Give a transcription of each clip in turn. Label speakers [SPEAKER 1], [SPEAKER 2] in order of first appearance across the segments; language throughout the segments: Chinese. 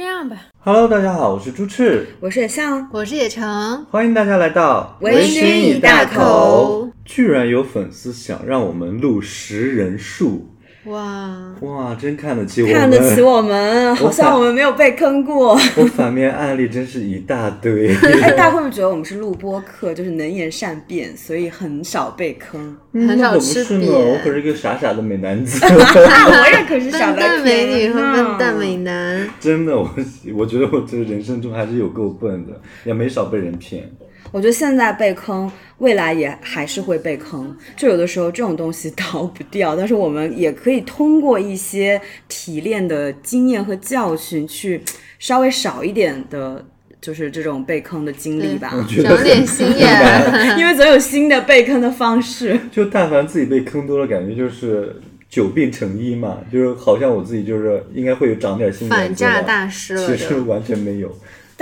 [SPEAKER 1] 样吧。
[SPEAKER 2] Hello，大家好，我是朱赤，
[SPEAKER 3] 我是向，
[SPEAKER 1] 我是野城，
[SPEAKER 2] 欢迎大家来到
[SPEAKER 3] 微醺一大口。
[SPEAKER 2] 居然有粉丝想让我们录识人数，
[SPEAKER 1] 哇，
[SPEAKER 2] 哇，真看得起我们，
[SPEAKER 3] 看得起我们，好像我们没有被 坑过。
[SPEAKER 2] 我反面案例真是一大堆。
[SPEAKER 3] 哎，大家会不会觉得我们是录播课，就是能言善辩，所以很少被 坑？
[SPEAKER 2] 嗯
[SPEAKER 1] 很少
[SPEAKER 2] 那可不
[SPEAKER 1] 吃
[SPEAKER 2] 是呢，
[SPEAKER 1] 瘪
[SPEAKER 2] 我可是一个傻傻的美男子，
[SPEAKER 3] 啊，我也可是傻
[SPEAKER 1] 笨
[SPEAKER 3] 白
[SPEAKER 1] 蛋美女嗯
[SPEAKER 3] 甜啊
[SPEAKER 1] 和
[SPEAKER 3] 呢
[SPEAKER 1] 笨蛋美男，
[SPEAKER 2] 真的，我我觉得我这人生中还是有够笨的，也没少被人骗。
[SPEAKER 3] 我觉得现在被坑，未来也还是会被坑。就有的时候这种东西逃不掉，但是我们也可以通过一些提炼的经验和教训，去稍微少一点的，就是这种被坑的经历吧。
[SPEAKER 2] 觉得
[SPEAKER 1] 长点心眼。
[SPEAKER 3] 因为总有新的被坑的方式。
[SPEAKER 2] 就但凡自己被坑多了，感觉就是久病成医嘛，就是好像我自己就是应该会有长点心眼，
[SPEAKER 1] 反诈大师了
[SPEAKER 2] 其
[SPEAKER 1] 就
[SPEAKER 2] 实完全没有。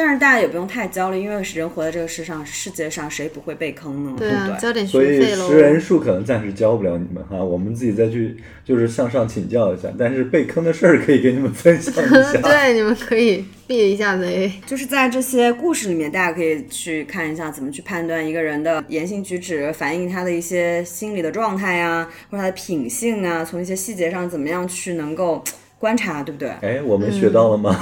[SPEAKER 3] 但是大家也不用太焦虑，因为人活在这个世上，世界上谁不会被坑呢？
[SPEAKER 1] 对
[SPEAKER 3] 对
[SPEAKER 1] 啊，
[SPEAKER 3] 不对？
[SPEAKER 1] 交点学
[SPEAKER 2] 所以
[SPEAKER 1] 费
[SPEAKER 2] 识啊人
[SPEAKER 1] 喽。
[SPEAKER 2] 术可能暂时教不了你们哈，我们自己再去就是向上请教一下。但是被坑的事儿可以给你们分享一 下。
[SPEAKER 1] 嗯对，你们可以避一下雷。
[SPEAKER 3] 就是在这些故事里面，大家可以去看一下怎么去判断一个人的言行举止，反映他的一些心理的状态啊，或者他的品性啊，从一些细节上怎么样去能够嘖观察，对不对？
[SPEAKER 2] 哎，我们学到了吗？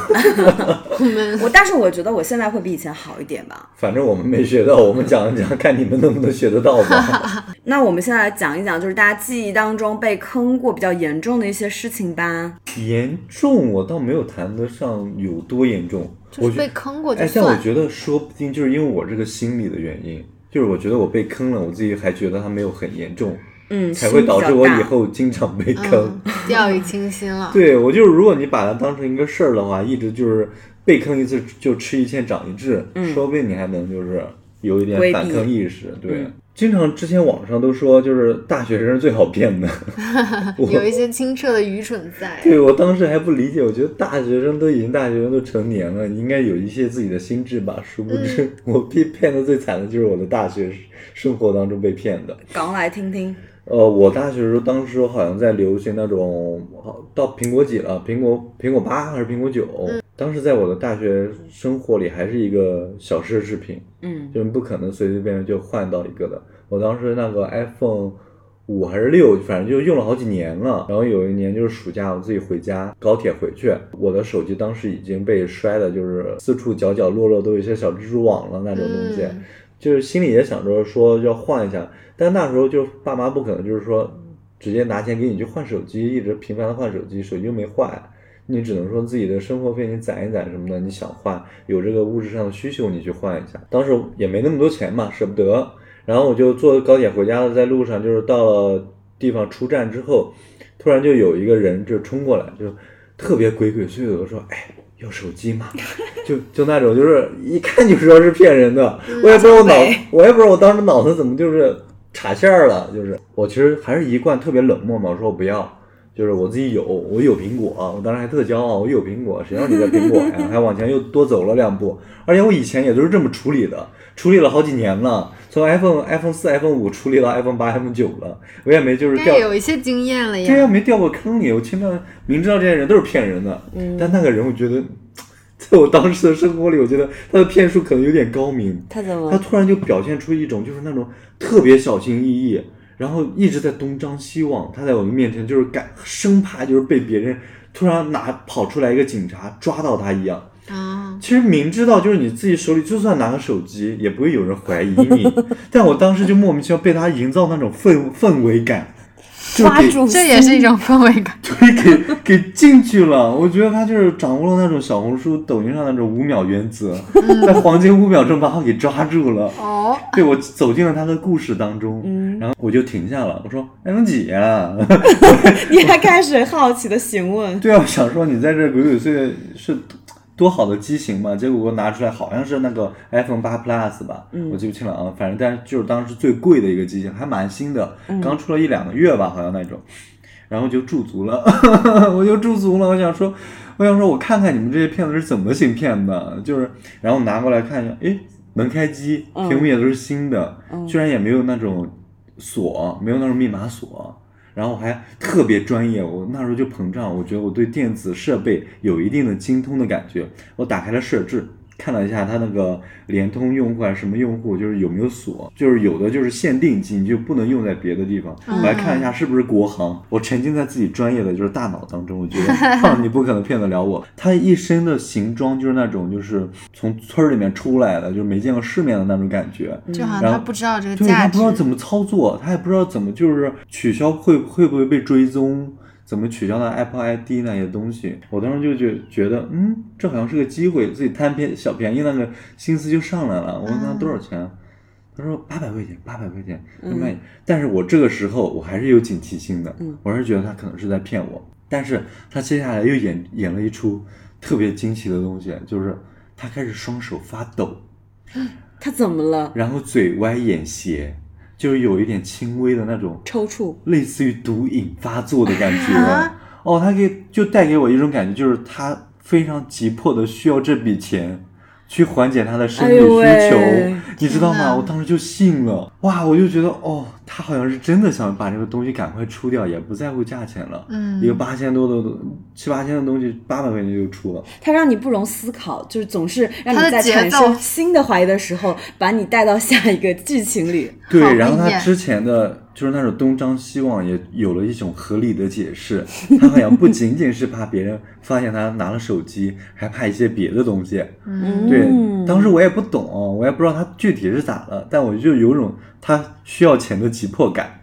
[SPEAKER 3] 我但是我觉得我现在会比以前好一点吧。
[SPEAKER 2] 反正我们没学到，我们讲一讲，看你们能不能学得到吧。
[SPEAKER 3] 那我们现在来讲一讲，就是大家记忆当中被坑过比较严重的一些事情吧。
[SPEAKER 2] 严重我倒没有谈得上有多严重，
[SPEAKER 1] 就
[SPEAKER 2] 我
[SPEAKER 1] 是
[SPEAKER 2] 觉
[SPEAKER 1] 被坑过就
[SPEAKER 2] 哎，但我
[SPEAKER 1] 算，
[SPEAKER 2] 觉得说不定就是因为我这个心理的原因，就是我觉得我被坑了，我自己还觉得它没有很严重，
[SPEAKER 3] 嗯，
[SPEAKER 2] 才会导致我
[SPEAKER 3] 心比较
[SPEAKER 2] 以
[SPEAKER 3] 大
[SPEAKER 2] 后经常被坑
[SPEAKER 1] 嗯。，掉以轻心了。
[SPEAKER 2] 对我就是，如果你把它当成一个事儿的话，一直就是被坑一次就吃一堑长一智，说不定你还能就是有一点
[SPEAKER 3] 嗯规
[SPEAKER 2] 反
[SPEAKER 3] 避嗯
[SPEAKER 2] 坑意识。对，经常之前网上都说就是大学生是最好骗的， 我
[SPEAKER 1] 有一些清澈的愚蠢在。
[SPEAKER 2] 对我当时还不理解，我觉得大学生都已经大学生都成年了，你应该有一些自己的心智吧。殊不
[SPEAKER 3] 嗯
[SPEAKER 2] 知， 我被骗的最惨的就是我的大学生活当中被骗的。
[SPEAKER 3] 讲来听听。
[SPEAKER 2] 呃，我大学的时候，当时好像在流行那种好到苹果几了，苹果苹果八还是苹果九、当时在我的大学生活里还是一个小奢侈品，
[SPEAKER 3] 嗯，
[SPEAKER 2] 就是不可能随随便便就换到一个的。我当时那个 iPhone 五还是六，反正就用了好几年了。然后有一年就是暑假，我自己回家，高铁回去，我的手机当时已经被摔的，就是四处角角落落都有一些小蜘蛛网了那种东西，啊
[SPEAKER 1] 嗯
[SPEAKER 2] 就是心里也想着说要换一下，但那时候就爸妈不可能就是说直接拿钱给你去换手机，一直频繁的换手机，手机又没坏。你只能说自己的生活费你攒一攒什么的，你想换有这个物质上的需求，你去换一下。当时也没那么多钱嘛，舍不得。然后我就坐高铁回家了，在路上就是到了地方出站之后，突然就有一个人就冲过来，就特别鬼鬼祟祟的说：“哎，要手机吗？” 就就那种就是一看就知道是骗人的，我也不知道我脑
[SPEAKER 3] 长辈，
[SPEAKER 2] 我也不知道我当时脑子怎么就是插线儿了，就是我其实还是一贯特别冷漠嘛，我说我不要。就是我自己有，我有苹果，啊我当时还特骄傲，我有苹果，谁让你在苹果 呀？还往前又多走了两步，而且我以前也都是这么处理的，处理了好几年了，从 iPhone、iPhone 四、iPhone 五处理到 iPhone 八、iPhone 九了，我也没就是
[SPEAKER 1] 应
[SPEAKER 2] 掉
[SPEAKER 1] 该，有一些经验了
[SPEAKER 2] 对呀，
[SPEAKER 1] 呀。
[SPEAKER 2] 没掉过坑里。我听到明知道这些人都是骗人的，
[SPEAKER 1] 嗯
[SPEAKER 2] 但那个人我觉得， 在我当时的生活里，我觉得他的骗术可能有点高明，
[SPEAKER 3] 他怎
[SPEAKER 2] 他突然就表现出一种就是那种特别小心翼翼，然后一直在东张西望。他在我们面前就是感生怕就是被别人突然拿跑出来一个警察抓到他一样。
[SPEAKER 1] 啊，
[SPEAKER 2] 其实明知道就是你自己手里就算拿个手机，也不会有人怀疑 你。但我当时就莫名其妙被他营造那种氛氛围感，就
[SPEAKER 3] 抓
[SPEAKER 2] 给
[SPEAKER 3] 住
[SPEAKER 1] 这也是一种氛围感。
[SPEAKER 2] 对给给进去了。我觉得他就是掌握了那种小红书、抖音上那种五秒原则，
[SPEAKER 3] 嗯
[SPEAKER 2] 在黄金五秒钟把我给抓住了。
[SPEAKER 1] 哦，
[SPEAKER 2] 对，我走进了他的故事当中，然后我就停下了，我说：“哎，能几呀？”
[SPEAKER 3] 你还开始好奇的询问，
[SPEAKER 2] 对啊，我想说你在这鬼鬼祟祟是多好的机型嘛，结果我拿出来好像是那个 iPhone 八 Plus 吧，我记不清了啊，反正但是就是当时最贵的一个机型，还蛮新的，刚出了一两个月吧，好像那种，然后就驻足了， 我就驻足了，我想说。我想说，我看看你们这些骗子是怎么行骗的，就是，然后拿过来看一下，诶，能开机，屏幕也都是新的，居然也没有那种锁，没有那种密码锁，然后我还特别专业，我那时候就膨胀，我觉得我对电子设备有一定的精通的感觉。我打开了设置，看了一下它那个联通用户还啊是什么用户，就是有没有锁，就是有的就是限定机，你就不能用在别的地方。我还看了一下是不是国行，我沉浸在自己专业的就是大脑当中，我觉得哼，你不可能骗得了我。他一身的行装就是那种就是从村儿里面出来的，就是没见过世面的那种感觉。
[SPEAKER 1] 就好像
[SPEAKER 2] 然
[SPEAKER 1] 他
[SPEAKER 2] 后
[SPEAKER 1] 不知道这个
[SPEAKER 2] 对
[SPEAKER 1] 价
[SPEAKER 2] 他
[SPEAKER 1] 值
[SPEAKER 2] 不知，道怎么操作，他也不知道怎么就是取消会会不会被追踪，怎么取消那 Apple ID 那些东西。我当时就觉觉得，嗯，这好像是个机会，自己贪便小便宜那个心思就上来了。我问他
[SPEAKER 1] 嗯
[SPEAKER 2] 多少钱，啊他说八百块钱，八百块钱就卖。但是我这个时候我还是有警惕心的，
[SPEAKER 3] 嗯
[SPEAKER 2] 我是觉得他可能是在骗我。但是他接下来又演演了一出特别惊奇的东西，就是他开始双手发抖。
[SPEAKER 3] 他怎么了？
[SPEAKER 2] 然后嘴歪眼斜，就是有一点轻微的那种
[SPEAKER 3] 抽搐。
[SPEAKER 2] 类似于毒瘾发作的感觉。
[SPEAKER 1] 啊
[SPEAKER 2] 哦，他给就带给我一种感觉，就是他非常急迫的需要这笔钱。去缓解他的生理
[SPEAKER 3] 哎呦
[SPEAKER 2] 需求，
[SPEAKER 3] 喂
[SPEAKER 2] 你知道
[SPEAKER 1] 天
[SPEAKER 2] 吗？
[SPEAKER 1] 哪
[SPEAKER 2] 我当时就信了，哇！我就觉得，哦，他好像是真的想把这个东西赶快出掉，也不在乎价钱了。
[SPEAKER 1] 嗯
[SPEAKER 2] 一个八千多的、七八千的东西，八百块钱就出了。
[SPEAKER 3] 他让你不容思考，就是总是让
[SPEAKER 1] 他的
[SPEAKER 3] 你在
[SPEAKER 1] 节
[SPEAKER 3] 产
[SPEAKER 1] 奏
[SPEAKER 3] 生新的怀疑的时候，把你带到下一个剧情里。
[SPEAKER 1] 好
[SPEAKER 2] 对，然后
[SPEAKER 1] 危
[SPEAKER 2] 他
[SPEAKER 1] 险
[SPEAKER 2] 之前的就是那种东张西望，也有了一种合理的解释。他好像不仅仅是怕别人发现他拿了手机，还怕一些别的东西。
[SPEAKER 1] 嗯
[SPEAKER 2] 对
[SPEAKER 3] 嗯，
[SPEAKER 2] 当时我也不懂，我也不知道他具体是咋了，但我就有种他需要钱的急迫感。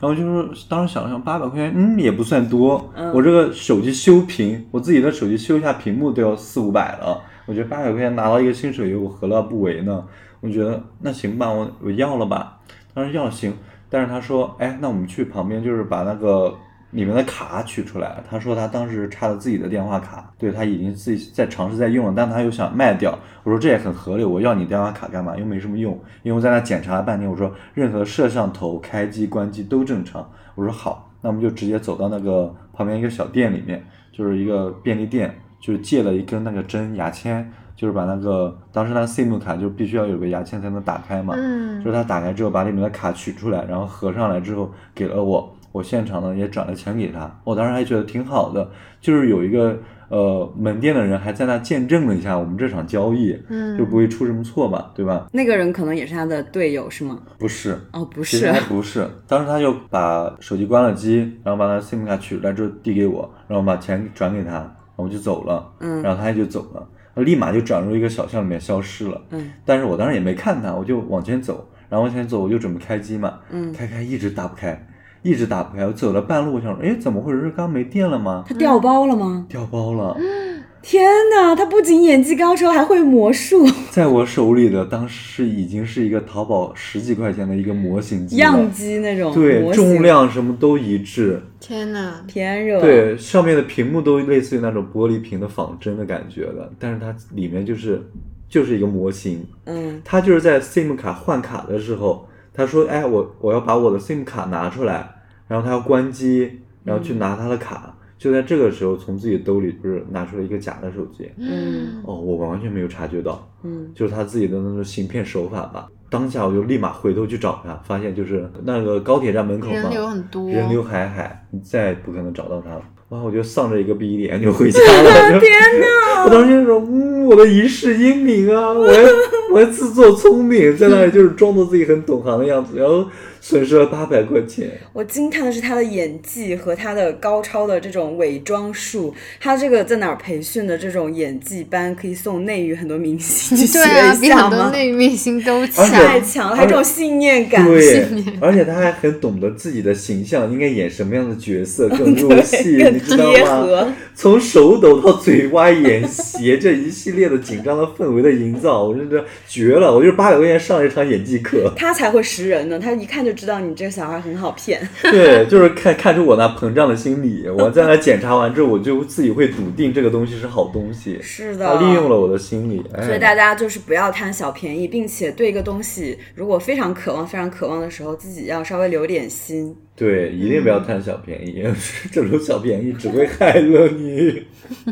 [SPEAKER 2] 然后就是当时想了想，八百块钱，嗯，也不算多。
[SPEAKER 3] 嗯
[SPEAKER 2] 我这个手机修屏，我自己的手机修一下屏幕都要四五百了。我觉得八百块钱拿到一个新手机，我何乐不为呢？我觉得那行吧，我我要了吧。当时要了行，但是他说，哎，那我们去旁边，就是把那个里面的卡取出来了。他说他当时插了自己的电话卡，对他已经自己在尝试在用了，但他又想卖掉。我说这也很合理，我要你电话卡干嘛？又没什么用，因为我在那检查了半天，我说任何摄像头开机关机都正常。我说好，那我们就直接走到那个旁边一个小店里面，就是一个便利店，就是借了一根那个针牙签。就是把那个当时那 SIM 卡就必须要有个牙签才能打开嘛，
[SPEAKER 1] 嗯
[SPEAKER 2] 就是他打开之后把里面的卡取出来，然后合上来之后给了我，我现场呢也转了钱给他，我当时还觉得挺好的，就是有一个呃门店的人还在那见证了一下我们这场交易，
[SPEAKER 1] 嗯
[SPEAKER 2] 就不会出什么错吧，对吧？
[SPEAKER 3] 那个人可能也是他的队友，是吗？
[SPEAKER 2] 不是。
[SPEAKER 3] 哦，不
[SPEAKER 2] 其
[SPEAKER 3] 是
[SPEAKER 2] 实还，不是，当时他就把手机关了机，然后把他 SIM 卡取出来之后递给我，然后把钱转给他，然后我就走了，
[SPEAKER 3] 嗯
[SPEAKER 2] 然后他也就走了，立马就转入一个小巷里面消失了。
[SPEAKER 3] 嗯
[SPEAKER 2] 但是我当时也没看他，我就往前走，然后往前走我就准备开机嘛，
[SPEAKER 3] 嗯，
[SPEAKER 2] 开开一直打不开，一直打不开。我走了半路，我想说，哎，怎么回事？刚没电了吗？
[SPEAKER 3] 他掉包了吗？
[SPEAKER 2] 掉包了，
[SPEAKER 3] 嗯天哪，他不仅演技高超，还会魔术，
[SPEAKER 2] 在我手里的当时已经是一个淘宝十几块钱的一个模型机了
[SPEAKER 3] 样机那种，
[SPEAKER 2] 对，
[SPEAKER 3] 模型
[SPEAKER 2] 重量什么都一致，
[SPEAKER 1] 嗯天哪，
[SPEAKER 3] 偏热，，
[SPEAKER 2] 对，上面的屏幕都类似于那种玻璃屏的仿真的感觉的，但是它里面就是就是一个模型，
[SPEAKER 3] 嗯
[SPEAKER 2] 他就是在 SIM 卡换卡的时候，他说：“哎，我我要把我的 SIM 卡拿出来。”然后他要关机，然后去拿他的卡。就在这个时候，从自己兜里不是拿出了一个假的手机。
[SPEAKER 3] 嗯
[SPEAKER 2] 哦，我完全没有察觉到，
[SPEAKER 3] 嗯，
[SPEAKER 2] 就是他自己的那种行骗手法吧。当下我就立马回头去找他，发现就是那个高铁站门
[SPEAKER 3] 嗯
[SPEAKER 2] 口嘛，
[SPEAKER 1] 人流很多，
[SPEAKER 2] 人流海海，你再也不可能找到他了。哇，我就丧着一个逼脸就回家 了。天哪！ 我当时就说，嗯，我的一世英名啊，我 还我还自作聪明，在那里就是装作自己很懂行的样子，然后损失了八百块钱。
[SPEAKER 3] 我惊叹的是他的演技和他的高超的这种伪装术，他这个在哪儿培训的这种演技班，可以送内娱很多明星去学
[SPEAKER 1] 对啊，
[SPEAKER 3] 一
[SPEAKER 1] 比
[SPEAKER 3] 下
[SPEAKER 1] 很多
[SPEAKER 3] 吗？
[SPEAKER 1] 内娱明星都强
[SPEAKER 2] 而，且
[SPEAKER 3] 太强了，还有这种信念感，
[SPEAKER 2] 对，而且他还很懂得自己的形象应该演什么样的角色更 入戏，
[SPEAKER 3] 更
[SPEAKER 2] 你知道
[SPEAKER 3] 贴合
[SPEAKER 2] 吗？从手抖到嘴歪眼斜，这一系列的紧张的氛围的营造，我真的绝了！我就是八百块钱上了一场演技课。
[SPEAKER 3] 他才会识人呢。他一看就知道你这个小孩很好骗。
[SPEAKER 2] 对，就是看看出我那膨胀的心理。我在那检查完之后，我就自己会笃定这个东西是好东西。
[SPEAKER 3] 是
[SPEAKER 2] 他
[SPEAKER 3] 的，
[SPEAKER 2] 利用了我的心理，哎、
[SPEAKER 3] 所以大家就是不要贪小便宜，并且对一个东西如果非常渴望、非常渴望的时候，自己要稍微留点心。
[SPEAKER 2] 对，一定不要贪小便宜，
[SPEAKER 3] 嗯
[SPEAKER 2] 这种小便宜只会害了你。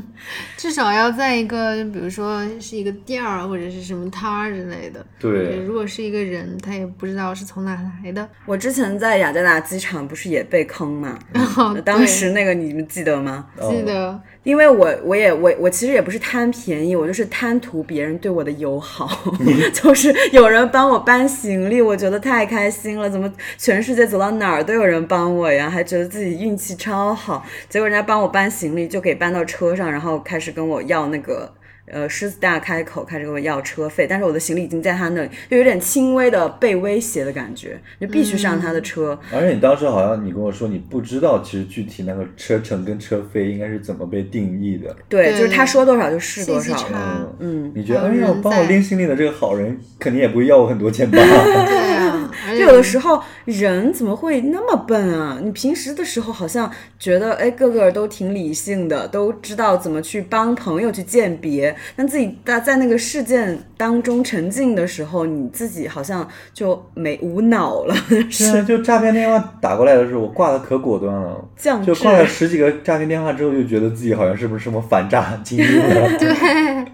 [SPEAKER 1] 至少要在一个，比如说是一个店儿或者是什么摊儿之类的。
[SPEAKER 2] 对
[SPEAKER 1] 如果是一个人，他也不知道是从哪来的。
[SPEAKER 3] 我之前在雅加达机场不是也被坑嘛？
[SPEAKER 1] 哦
[SPEAKER 3] 当时哦那个你们记得吗？
[SPEAKER 1] 对记
[SPEAKER 2] 嗯
[SPEAKER 1] 得，
[SPEAKER 3] 因为我我也我我其实也不是贪便宜，我就是贪图别人对我的友好， 就是有人帮我搬行李，我觉得太开心了。怎么全世界走到哪儿都有人帮我呀？还觉得自己运气超好。结果人家帮我搬行李，就给搬到车上，然后开始跟我要那个。呃，狮子大开口开始跟我要车费，但是我的行李已经在他那里，就有点轻微的被威胁的感觉，就必须上他的车。
[SPEAKER 2] 而且你当时好像你跟我说你不知道，其实具体那个车程跟车费应该是怎么被定义的。
[SPEAKER 3] 对，
[SPEAKER 1] 对
[SPEAKER 3] 就是他说多少就是
[SPEAKER 1] 信
[SPEAKER 3] 多
[SPEAKER 1] 息
[SPEAKER 3] 少
[SPEAKER 1] 差
[SPEAKER 3] 了。
[SPEAKER 2] 嗯
[SPEAKER 3] 嗯，
[SPEAKER 2] 你觉得，
[SPEAKER 1] 还有
[SPEAKER 2] 哎呀，
[SPEAKER 1] 人
[SPEAKER 2] 帮我
[SPEAKER 1] 在
[SPEAKER 2] 拎行李的这个好人，肯定也不会要我很多钱吧？
[SPEAKER 3] 嗯
[SPEAKER 1] 对啊，
[SPEAKER 2] 嗯
[SPEAKER 1] 而且
[SPEAKER 3] 就有的时候人怎么会那么笨啊？你平时的时候好像觉得，哎，个个都挺理性的，都知道怎么去帮朋友去鉴别，但自己在在那个事件当中沉浸的时候，你自己好像就没无脑了，
[SPEAKER 2] 是啊， 就诈骗电话打过来的时候，我挂的可果断了，
[SPEAKER 3] 降
[SPEAKER 2] 就
[SPEAKER 3] 智。
[SPEAKER 2] 挂了十几个诈骗电话之后，就觉得自己好像是不是什么反诈精 英了。
[SPEAKER 1] 对，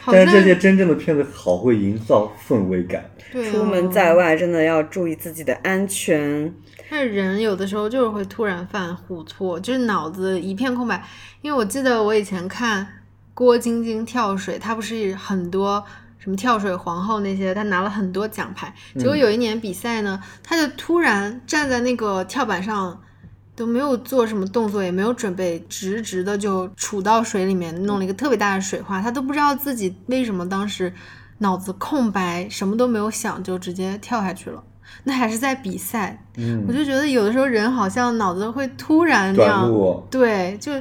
[SPEAKER 1] 好
[SPEAKER 2] 但
[SPEAKER 1] 像
[SPEAKER 2] 是这些真正的骗子好会营造氛围感，
[SPEAKER 1] 对啊
[SPEAKER 3] 出门在外真的要注意自己的安全。
[SPEAKER 1] 但是人有的时候就是会突然犯虎错，就是脑子一片空白。因为我记得我以前看郭晶晶跳水，她不是很多什么跳水皇后那些，她拿了很多奖牌。结果有一年比赛呢，她就突然站在那个跳板上。都没有做什么动作，也没有准备，直直的就杵到水里面，弄了一个特别大的水花。她都不知道自己为什么当时脑子空白，什么都没有想，就直接跳下去了。那还是在比赛，我
[SPEAKER 2] 嗯，
[SPEAKER 1] 就觉得有的时候人好像脑子会突然那
[SPEAKER 2] 短
[SPEAKER 1] 样，
[SPEAKER 2] 路，
[SPEAKER 1] 对，就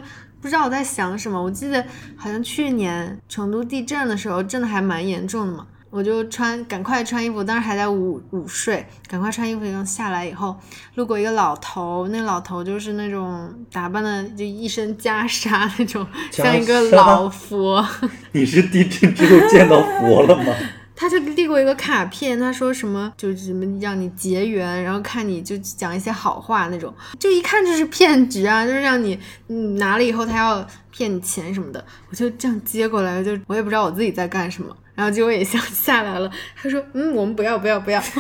[SPEAKER 1] 不知道我在想什么。我记得好像去年成都地震的时候，震的还蛮严重的嘛，我就穿赶快穿衣服，当时还在午午睡，赶快穿衣服，然后下来以后，路过一个老头，那老头就是那种打扮的就一身袈裟那种，
[SPEAKER 2] 袈
[SPEAKER 1] 像一个
[SPEAKER 2] 裟
[SPEAKER 1] 老佛。
[SPEAKER 2] 你是地震之后见到佛了吗？
[SPEAKER 1] 他就递过一个卡片，他说什么就是什么让你结缘，然后看你就讲一些好话那种，就一看就是骗局啊，就是让你嗯拿了以后他要骗你钱什么的。我就这样接过来，就我也不知道我自己在干什么，然后结果也下下来了。他说嗯，我们不要不要不要，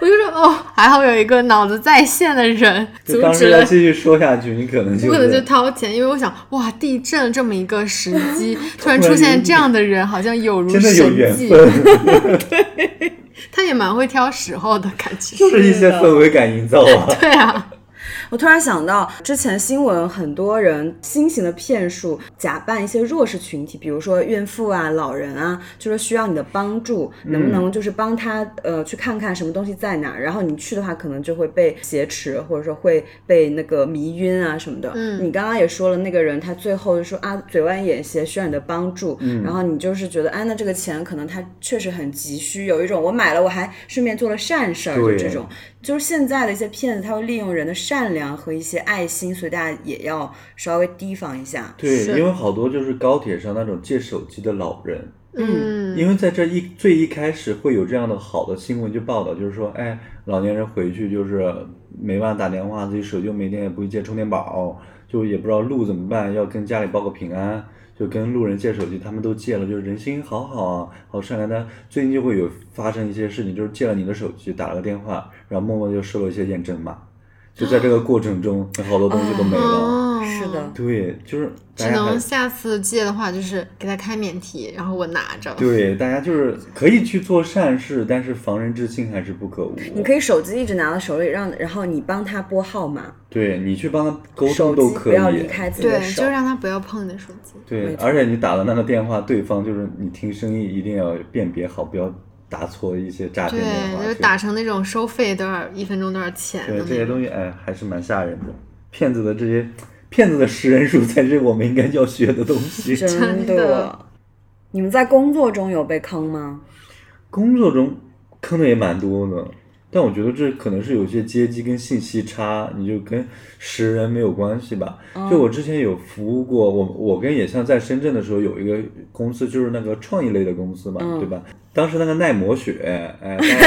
[SPEAKER 1] 我就说哦，还好有一个脑子在线的人 阻
[SPEAKER 2] 就当
[SPEAKER 1] 止
[SPEAKER 2] 时要
[SPEAKER 1] 了
[SPEAKER 2] 继续说下去，你可能就
[SPEAKER 1] 我可能
[SPEAKER 2] 是
[SPEAKER 1] 就掏钱，因为我想，哇，地震这么一个时 机，突然出现这样的人，好像有如
[SPEAKER 2] 真的有缘
[SPEAKER 1] 神 迹。
[SPEAKER 2] 分，
[SPEAKER 1] 他也蛮会挑时候的感觉。
[SPEAKER 2] 就是啊一些
[SPEAKER 3] 的
[SPEAKER 2] 氛围感营 造啊。
[SPEAKER 1] 对啊，
[SPEAKER 3] 我突然想到，之前新闻很多人新型的骗术，假扮一些弱势群体，比如说孕妇啊、老人啊，就是需要你的帮助，能不能就是帮他呃去看看什么东西在哪儿？然后你去的话，可能就会被挟持，或者说会被那个迷晕啊什么的。
[SPEAKER 1] 嗯
[SPEAKER 3] 你刚刚也说了，那个人他最后就说啊，嘴歪眼斜，需要你的帮助。然后你就是觉得，哎，那这个钱可能他确实很急需，有一种我买了，我还顺便做了善事儿，就
[SPEAKER 2] 对
[SPEAKER 3] 这种。就是现在的一些骗子，他会利用人的善良和一些爱心，所以大家也要稍微提防一下。
[SPEAKER 2] 对，
[SPEAKER 1] 是
[SPEAKER 2] 因为好多就是高铁上那种借手机的老人，
[SPEAKER 1] 嗯，
[SPEAKER 2] 因为在这一最一开始会有这样的好的新闻去报道，就是说，哎，老年人回去就是没办法打电话，自己手机没电，也不会借充电宝，就也不知道路怎么办，要跟家里报个平安，就跟路人借手机，他们都借了，就是人心好好啊，好善良。但最近就会有发生一些事情，就是借了你的手机，打了个电话，然后默默就收了一些验证码，就在这个过程中，好多东西都没了。
[SPEAKER 1] 哦，
[SPEAKER 3] 是的。
[SPEAKER 2] 对，就是
[SPEAKER 1] 只
[SPEAKER 2] 大家还
[SPEAKER 1] 能下次借的话，就是给他开免提，然后我拿着。
[SPEAKER 2] 对，大家就是可以去做善事，但是防人之心还是不可无。
[SPEAKER 3] 你可以手机一直拿到手里，让然后你帮他拨号码，
[SPEAKER 2] 对你去帮他沟
[SPEAKER 3] 手
[SPEAKER 2] 通
[SPEAKER 3] 机
[SPEAKER 2] 都可
[SPEAKER 3] 不
[SPEAKER 2] 以。
[SPEAKER 3] 要离开自己的
[SPEAKER 1] 对，
[SPEAKER 3] 手
[SPEAKER 1] 就。让他不要碰你的手机。
[SPEAKER 2] 对
[SPEAKER 3] 没，错
[SPEAKER 2] 而且你打的那个电话，对方就是你听声音一定要辨别好，不要打错一些诈骗电话。
[SPEAKER 1] 对，就
[SPEAKER 2] 这
[SPEAKER 1] 打成那种收费多少一分钟多少钱
[SPEAKER 2] 对
[SPEAKER 1] 的
[SPEAKER 2] 这
[SPEAKER 1] 那
[SPEAKER 2] 些
[SPEAKER 1] 种。
[SPEAKER 2] 东西，哎，还是蛮吓人的。骗子的这些，骗子的识人术才是我们应该要学的东西。
[SPEAKER 3] 真
[SPEAKER 1] 真的
[SPEAKER 3] 你们在工作中有被坑吗？
[SPEAKER 2] 工作中坑的也蛮多的，但我觉得这可能是有些阶级跟信息差，你就跟识人没有关系吧。
[SPEAKER 3] 嗯
[SPEAKER 2] 就我之前有服务
[SPEAKER 3] 嗯
[SPEAKER 2] 过，我我跟野象在深圳的时候有一个公司，就是那个创意类的公司嘛，对吧？当时那个耐磨血，哎，大家都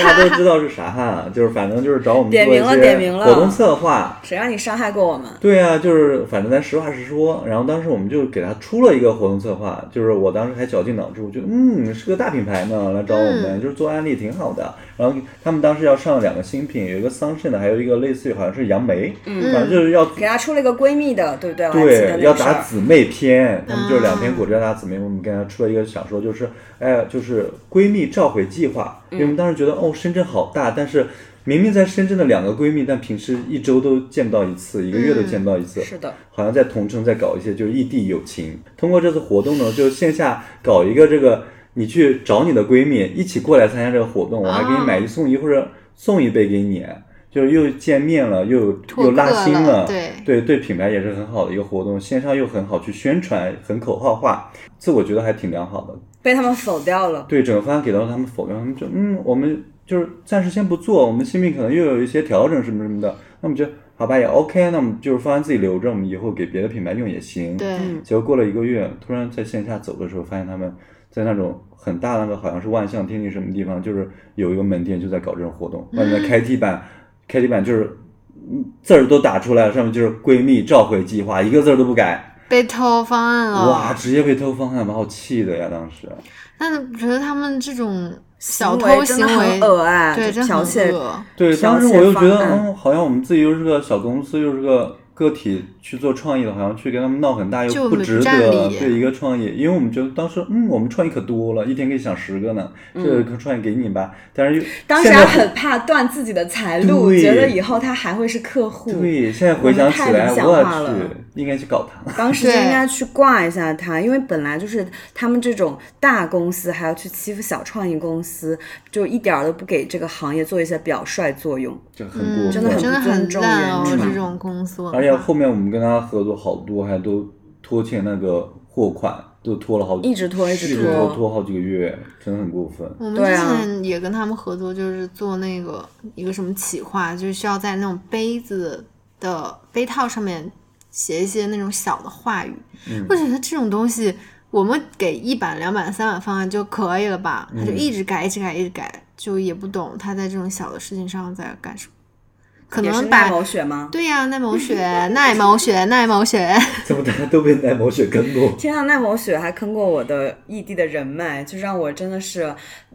[SPEAKER 2] 大家都知道是啥啊，就是反正就是找我们做
[SPEAKER 3] 点名
[SPEAKER 2] 一
[SPEAKER 3] 了点名
[SPEAKER 2] 些
[SPEAKER 3] 了
[SPEAKER 2] 活动策划。
[SPEAKER 3] 谁让你伤害过我们？
[SPEAKER 2] 对啊，就是反正咱实话实说，然后当时我们就给他出了一个活动策划，就是我当时还绞尽脑汁，我觉得嗯是个大品牌呢，来找我
[SPEAKER 3] 嗯
[SPEAKER 2] 们、就是做案例挺好的。然后他们当时要上两个新品，有一个桑葚的，还有一个类似于好像是杨梅，
[SPEAKER 3] 嗯
[SPEAKER 2] 反正就是要
[SPEAKER 3] 给她出了一个闺蜜的，对不对？我还记得那
[SPEAKER 2] 对，
[SPEAKER 3] 个
[SPEAKER 2] 要
[SPEAKER 3] 事
[SPEAKER 2] 打
[SPEAKER 3] 儿
[SPEAKER 2] 姊妹篇，他们就是两篇
[SPEAKER 1] 啊
[SPEAKER 2] 果汁要打姊妹。我们跟他出了一个小说，就是哎，就是闺蜜召回计划。
[SPEAKER 3] 嗯
[SPEAKER 2] 因为我们当时觉得哦，深圳好大，但是明明在深圳的两个闺蜜，但平时一周都见不到一次，一个
[SPEAKER 3] 嗯
[SPEAKER 2] 月都见不到一次。
[SPEAKER 3] 是的，
[SPEAKER 2] 好像在同城在搞一些就是异地友情。通过这次活动呢，就线下搞一个这个，你去找你的闺蜜一起过来参加这个活动，我还给你
[SPEAKER 1] 哦
[SPEAKER 2] 买一送一或者送一杯给你，就是又见面了，又有
[SPEAKER 1] 拓
[SPEAKER 2] 又拉
[SPEAKER 1] 客
[SPEAKER 2] 新
[SPEAKER 1] 了
[SPEAKER 2] 了，
[SPEAKER 1] 对
[SPEAKER 2] 对对品牌也是很好的一个活动，线上又很好去宣传，很口号化，这我觉得还挺良好的。
[SPEAKER 3] 被他们否掉
[SPEAKER 1] 嗯
[SPEAKER 3] 了。
[SPEAKER 2] 对整个方案给到他们否认，他们就嗯，我们就是暂时先不做，我们新品可能又有一些调整什么什么的，那我们就好吧也 OK，那我们就是方案自己留着，我们以后给别的品牌用也行。
[SPEAKER 1] 对，
[SPEAKER 3] 嗯
[SPEAKER 2] 结果过了一个月，突然在线下走的时候，发现他们在那种很大的那个好像是万象天地什么地方，就是有一个门店就在搞这种活动，外面的开地板，开地板就是嗯字儿都打出来了，上面就是闺蜜召回计划，一个字儿都不改，
[SPEAKER 1] 被偷方案了。
[SPEAKER 2] 哇，直接被偷方案，把我气的呀，当时。
[SPEAKER 1] 那你觉得他们这种小
[SPEAKER 3] 行
[SPEAKER 1] 偷
[SPEAKER 3] 为真的
[SPEAKER 1] 行
[SPEAKER 3] 很恶哎
[SPEAKER 1] 对，
[SPEAKER 3] 就
[SPEAKER 1] 真
[SPEAKER 3] 剽窃
[SPEAKER 1] 很恶。
[SPEAKER 2] 对，
[SPEAKER 3] 剽
[SPEAKER 2] 当时
[SPEAKER 3] 窃
[SPEAKER 2] 我又觉
[SPEAKER 3] 方
[SPEAKER 2] 得，
[SPEAKER 3] 案
[SPEAKER 2] 嗯，好像我们自己又是个小公司，又是个个体去做创意的，好像去跟他们闹很大
[SPEAKER 1] 就
[SPEAKER 2] 又不
[SPEAKER 1] 没
[SPEAKER 2] 值
[SPEAKER 1] 占
[SPEAKER 2] 得
[SPEAKER 1] 理
[SPEAKER 2] 对一个创意，因为我们觉得当时，嗯，我们创意可多了，一天可以想十个呢，这个创意给你吧，但是又
[SPEAKER 3] 嗯当时
[SPEAKER 2] 现
[SPEAKER 3] 还
[SPEAKER 2] 在
[SPEAKER 3] 很怕断自己的财路，
[SPEAKER 2] 对
[SPEAKER 3] 觉得以后他还会是客户。
[SPEAKER 2] 对，现在
[SPEAKER 3] 我
[SPEAKER 2] 回
[SPEAKER 3] 们
[SPEAKER 2] 想
[SPEAKER 3] 太
[SPEAKER 2] 起
[SPEAKER 3] 理
[SPEAKER 2] 来，
[SPEAKER 3] 想
[SPEAKER 2] 我
[SPEAKER 3] 化了
[SPEAKER 2] 去，应该去搞他，
[SPEAKER 3] 当时就
[SPEAKER 1] 对
[SPEAKER 3] 应该去挂一下他，因为本来就是他们这种大公司还要去欺负小创意公司，就一点儿都不给这个行业做一些表率作用。
[SPEAKER 2] 就很过分，
[SPEAKER 3] 嗯真的很
[SPEAKER 1] 嗯真的
[SPEAKER 3] 不尊
[SPEAKER 1] 很
[SPEAKER 3] 重
[SPEAKER 1] 烂
[SPEAKER 3] 原
[SPEAKER 1] 哦，
[SPEAKER 3] 创
[SPEAKER 1] 这种公司文化。
[SPEAKER 2] 而且后面我们跟他合作好多，还都拖欠那个货款，都拖了好，
[SPEAKER 3] 一直拖一直拖
[SPEAKER 2] 拖，拖好几个月，真的很过分。
[SPEAKER 1] 我们
[SPEAKER 3] 对
[SPEAKER 1] 之
[SPEAKER 3] 啊
[SPEAKER 1] 前也跟他们合作，就是做那个一个什么企划，就是需要在那种杯子的杯套上面写一些那种小的话语。
[SPEAKER 2] 嗯
[SPEAKER 1] 我觉得这种东西，我们给一版、两版、三版方案就可以了吧？他就
[SPEAKER 2] 嗯
[SPEAKER 1] 一直改，一直改，一直改，就也不懂他在这种小的事情上在干什么。可
[SPEAKER 3] 也是
[SPEAKER 1] 能
[SPEAKER 3] 大
[SPEAKER 1] 把
[SPEAKER 3] 狗血吗？
[SPEAKER 1] 对呀、耐某雪、 耐某雪、耐某 雪，
[SPEAKER 2] 怎么大家都被奶毛血跟过？
[SPEAKER 3] 天啊，奈某雪还坑过我的异地的人脉，就让我真的是，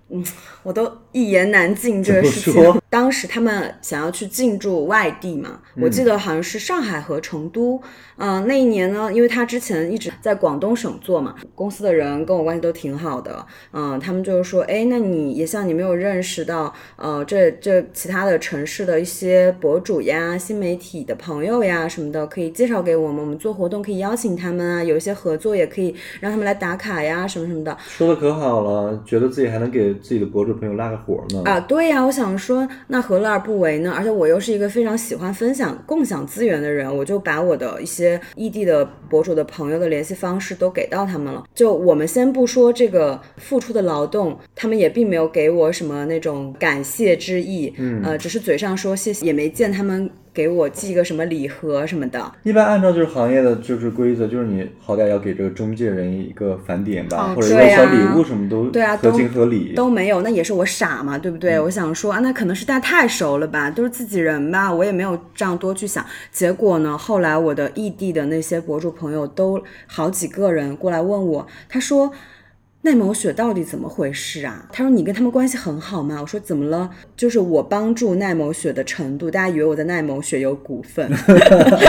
[SPEAKER 3] 嗯，我都一言难尽这个事
[SPEAKER 2] 怎么
[SPEAKER 3] 情
[SPEAKER 2] 说。
[SPEAKER 3] 当时他们想要去进驻外地嘛，
[SPEAKER 2] 嗯
[SPEAKER 3] 我记得好像是上海和成都。嗯、那一年呢，因为他之前一直在广东省做嘛，公司的人跟我关系都挺好的。嗯、他们就是说，哎，那你也像你没有认识到，呃，这这其他的城市的一些博主呀、新媒体的朋友呀什么的，可以介绍给我们，我们做活动可以邀请他们啊，有一些合作也可以让他们来打卡呀，什么什么的。
[SPEAKER 2] 说的可好了，觉得自己还能给自己的博主朋友拉个活呢。
[SPEAKER 3] 啊，对呀、我想说，那何乐而不为呢？而且我又是一个非常喜欢分享、共享资源的人，我就把我的一些异地的博主的朋友的联系方式都给到他们了。就我们先不说这个付出的劳动，他们也并没有给我什么那种感谢之意，嗯，呃，只是嘴上说谢谢，也没见他们给我寄个什么礼盒什么的。
[SPEAKER 2] 一般按照就是行业的就是规则，就是你好歹要给这个中介人一个返点吧，
[SPEAKER 1] 哦
[SPEAKER 2] 或者一
[SPEAKER 3] 对
[SPEAKER 2] 个
[SPEAKER 3] 啊
[SPEAKER 2] 小礼物什么都
[SPEAKER 3] 对啊
[SPEAKER 2] 合
[SPEAKER 3] 都
[SPEAKER 2] 情合理。
[SPEAKER 3] 都没有，那也是我傻嘛，对不对？我想说啊，那可能是大家太熟了吧，都是自己人吧，我也没有这样多去想。结果呢，后来我的异地的那些博主朋友都好几个人过来问我，他说。奈某雪到底怎么回事啊？他说你跟他们关系很好吗？我说怎么了？就是我帮助奈某雪的程度，大家以为我在奈某雪有股份，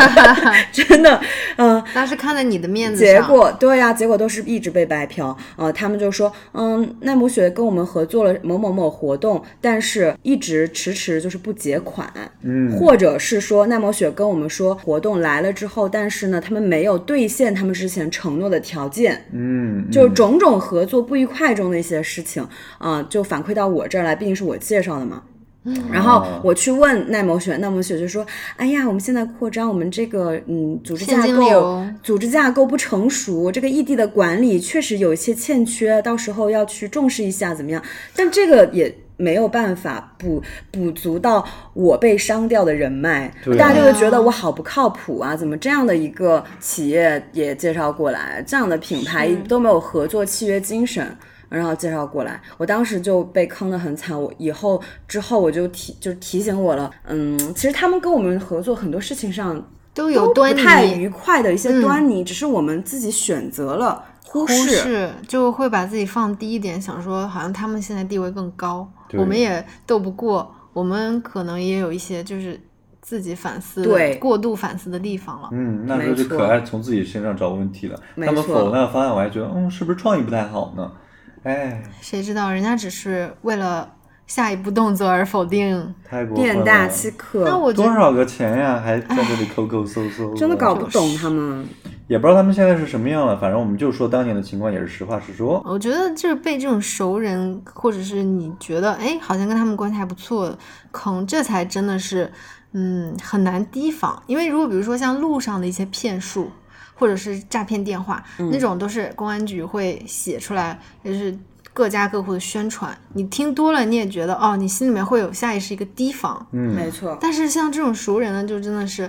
[SPEAKER 3] 真的，嗯、
[SPEAKER 1] 那是看在你的面子
[SPEAKER 3] 结
[SPEAKER 1] 上。
[SPEAKER 3] 果对啊呀、结果都是一直被白嫖。呃，他们就说，嗯，奈姆雪跟我们合作了某某某活动，但是一直迟迟就是不结款，嗯，或者是说奈姆雪跟我们说活动来了之后，但是呢，他们没有兑现他们之前承诺的条件，
[SPEAKER 2] 嗯，
[SPEAKER 3] 就种种合作不愉快中的一些事情，啊、就反馈到我这儿来，毕竟是我介绍的嘛。然后我去问奈某雪，奈某雪就说：“哎呀，我们现在扩张，我们这个嗯组织
[SPEAKER 1] 现
[SPEAKER 3] 架
[SPEAKER 1] 金
[SPEAKER 3] 构
[SPEAKER 1] 流，
[SPEAKER 3] 组织架构不成熟，这个异地的管理确实有一些欠缺，到时候要去重视一下，怎么样？但这个也没有办法补补足到我被伤掉的人脉，
[SPEAKER 2] 对啊
[SPEAKER 3] 大家就会觉得我好不靠谱啊！怎么这样的一个企业也介绍过来，这样的品牌都没有合作契约精神。然后介绍过来。我当时就被坑得很惨，我以后之后我就提就提醒我了，嗯，其实他们跟我们合作很多事情上
[SPEAKER 1] 都有端
[SPEAKER 3] 不太
[SPEAKER 1] 倪，嗯
[SPEAKER 3] 愉快的一些端倪，只是我们自己选择了忽
[SPEAKER 1] 忽视就会把自己放低一点，想说好像他们现在地位更高，
[SPEAKER 2] 对
[SPEAKER 1] 我们也斗不过，我们可能也有一些就是自己反思的
[SPEAKER 3] 对
[SPEAKER 1] 过度反思的地方了。
[SPEAKER 2] 嗯，那时候就可爱从自己身上找问题了。
[SPEAKER 3] 没
[SPEAKER 2] 他们
[SPEAKER 3] 错
[SPEAKER 2] 否那个方案，我还觉得，嗯，是不是创意不太好呢？哎，
[SPEAKER 1] 谁知道人家只是为了下一步动作而否定？
[SPEAKER 2] 太过分
[SPEAKER 3] 店
[SPEAKER 2] 了。
[SPEAKER 3] 大欺客，
[SPEAKER 1] 那我觉
[SPEAKER 2] 多
[SPEAKER 1] 得
[SPEAKER 2] 少个钱呀，还在这里抠抠搜搜的，
[SPEAKER 3] 真的搞不
[SPEAKER 1] 就是
[SPEAKER 3] 懂他们。
[SPEAKER 2] 也不知道他们现在是什么样了。反正我们就说当年的情况，也是实话实说。
[SPEAKER 3] 哦
[SPEAKER 1] 我觉得就是被这种熟人，或者是你觉得哎，好像跟他们关系还不错，坑这才真的是，嗯，很难提防。因为如果比如说像路上的一些骗术，或者是诈骗电话、那种，都是公安局会写出来，就是各家各户的宣传。你听多了，你也觉得哦，你心里面会有下意识一个提防。
[SPEAKER 2] 嗯
[SPEAKER 3] 没，错，
[SPEAKER 1] 但是像这种熟人呢，就真的是，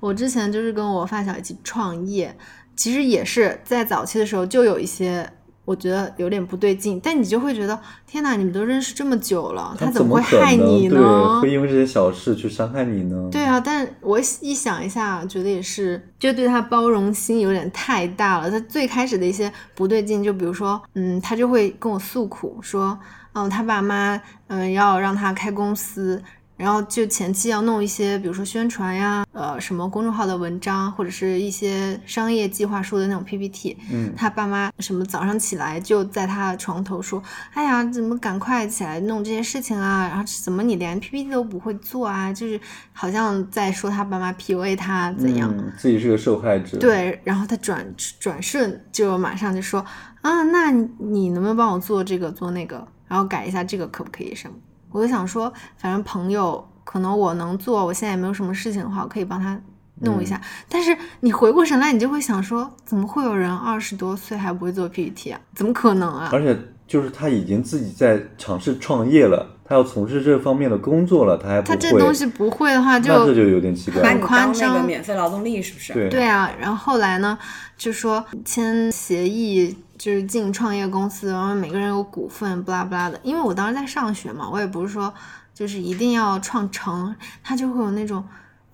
[SPEAKER 1] 我之前就是跟我发小一起创业，其实也是在早期的时候就有一些我觉得有点不对劲，但你就会觉得天哪，你们都认识这么久了，哦他
[SPEAKER 2] 怎
[SPEAKER 1] 么会
[SPEAKER 2] 可
[SPEAKER 1] 害
[SPEAKER 2] 能
[SPEAKER 1] 你
[SPEAKER 2] 对
[SPEAKER 1] 呢？
[SPEAKER 2] 会因为这些小事去伤害你呢？
[SPEAKER 1] 对啊，但我一想一下，觉得也是，就对他包容心有点太大了。他最开始的一些不对劲，就比如说，嗯，他就会跟我诉苦说，嗯，他爸妈，嗯，要让他开公司，然后就前期要弄一些，比如说宣传呀，呃，什么公众号的文章，或者是一些商业计划书的那种 PPT。
[SPEAKER 2] 嗯，
[SPEAKER 1] 他爸妈什么早上起来就在他床头说：“哎呀，怎么赶快起来弄这些事情啊？然后怎么你连 PPT 都不会做啊？就是好像在说他爸妈 PUA 他怎样。
[SPEAKER 2] 嗯？自己是个受害者。，
[SPEAKER 1] 对，然后他转转瞬就马上就说：“啊，那你你能不能帮我做这个做那个，然后改一下这个可不可以什么？”我就想说，反正朋友可能我能做，我现在也没有什么事情的话，我可以帮他弄一下。
[SPEAKER 2] 嗯
[SPEAKER 1] 但是你回过神来，你就会想说，怎么会有人二十多岁还不会做 PPT 啊？怎么可能啊？
[SPEAKER 2] 而且就是他已经自己在尝试创业了，他要从事这方面的工作了，他还不
[SPEAKER 1] 他
[SPEAKER 2] 会，
[SPEAKER 1] 这东西不会的话
[SPEAKER 2] 那这就有点奇
[SPEAKER 3] 把
[SPEAKER 2] 怪
[SPEAKER 3] 你
[SPEAKER 2] 了。
[SPEAKER 3] 当
[SPEAKER 1] 夸
[SPEAKER 3] 那个
[SPEAKER 1] 张
[SPEAKER 3] 免费劳动力是不是？
[SPEAKER 2] 对
[SPEAKER 1] 对啊，然后后来呢，就说签协议，就是进创业公司，然后每个人有股份，不拉不拉的。因为我当时在上学嘛，我也不是说就是一定要创成，他就会有那种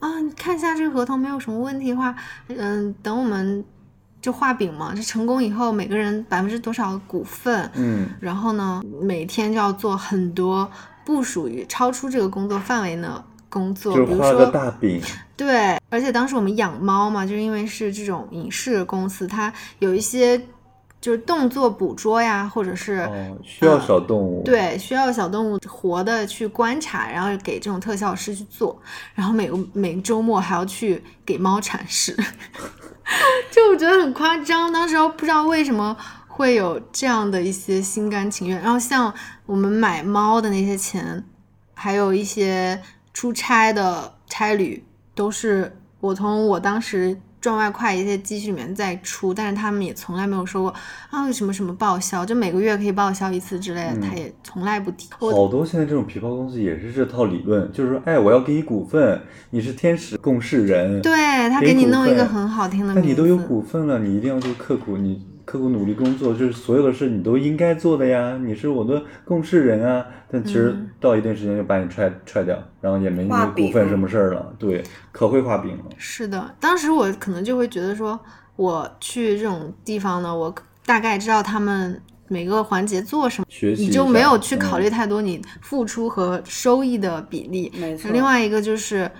[SPEAKER 1] 啊，你看一下这个合同没有什么问题的话，嗯，等我们就画饼嘛，这成功以后每个人百分之多少的股份，
[SPEAKER 2] 嗯，
[SPEAKER 1] 然后呢，每天就要做很多不属于超出这个工作范围的工作，
[SPEAKER 2] 就是
[SPEAKER 1] 比如
[SPEAKER 2] 画个
[SPEAKER 1] 说。
[SPEAKER 2] 大 饼，
[SPEAKER 1] 对，而且当时我们养猫嘛，就是因为是这种影视公司，它有一些就是动作捕捉呀，或者是、
[SPEAKER 2] 哦，需要小动物。，
[SPEAKER 1] 啊对需要小动物活的去观察，然后给这种特效师去做，然后每个每个周末还要去给猫铲屎， 就我觉得很夸张。当时候不知道为什么。会有这样的一些心甘情愿，然后像我们买猫的那些钱，还有一些出差的差旅，都是我从我当时赚外快一些积蓄里面再出，但是他们也从来没有说过啊什么什么报销，就每个月可以报销一次之类的，
[SPEAKER 2] 嗯
[SPEAKER 1] 他也从来不提。我
[SPEAKER 2] 好多现在这种皮包公司也是这套理论，就是说，哎，我要给你股份，你是天使共事人，
[SPEAKER 1] 对他
[SPEAKER 2] 给
[SPEAKER 1] 给你
[SPEAKER 2] 股
[SPEAKER 1] 弄一个
[SPEAKER 2] 份
[SPEAKER 1] 很好听的
[SPEAKER 2] 但
[SPEAKER 1] 名字，
[SPEAKER 2] 你都有股份了，你一定要去刻苦，你刻苦努力工作，就是所有的事你都应该做的呀。你是我的共事人啊，但其实
[SPEAKER 1] 嗯
[SPEAKER 2] 到一定时间就把你踹踹掉，然后也没你
[SPEAKER 3] 画
[SPEAKER 2] 的
[SPEAKER 3] 饼
[SPEAKER 2] 股份什么事儿了。对，可会画饼了。
[SPEAKER 1] 是的，当时我可能就会觉得说，我去这种地方呢，我大概知道他们每个环节做什么。
[SPEAKER 2] 学习嗯
[SPEAKER 1] 你就没有去考虑
[SPEAKER 2] 他，
[SPEAKER 1] 太多你付出和收益的比例。
[SPEAKER 3] 没错
[SPEAKER 1] 另外一个就是，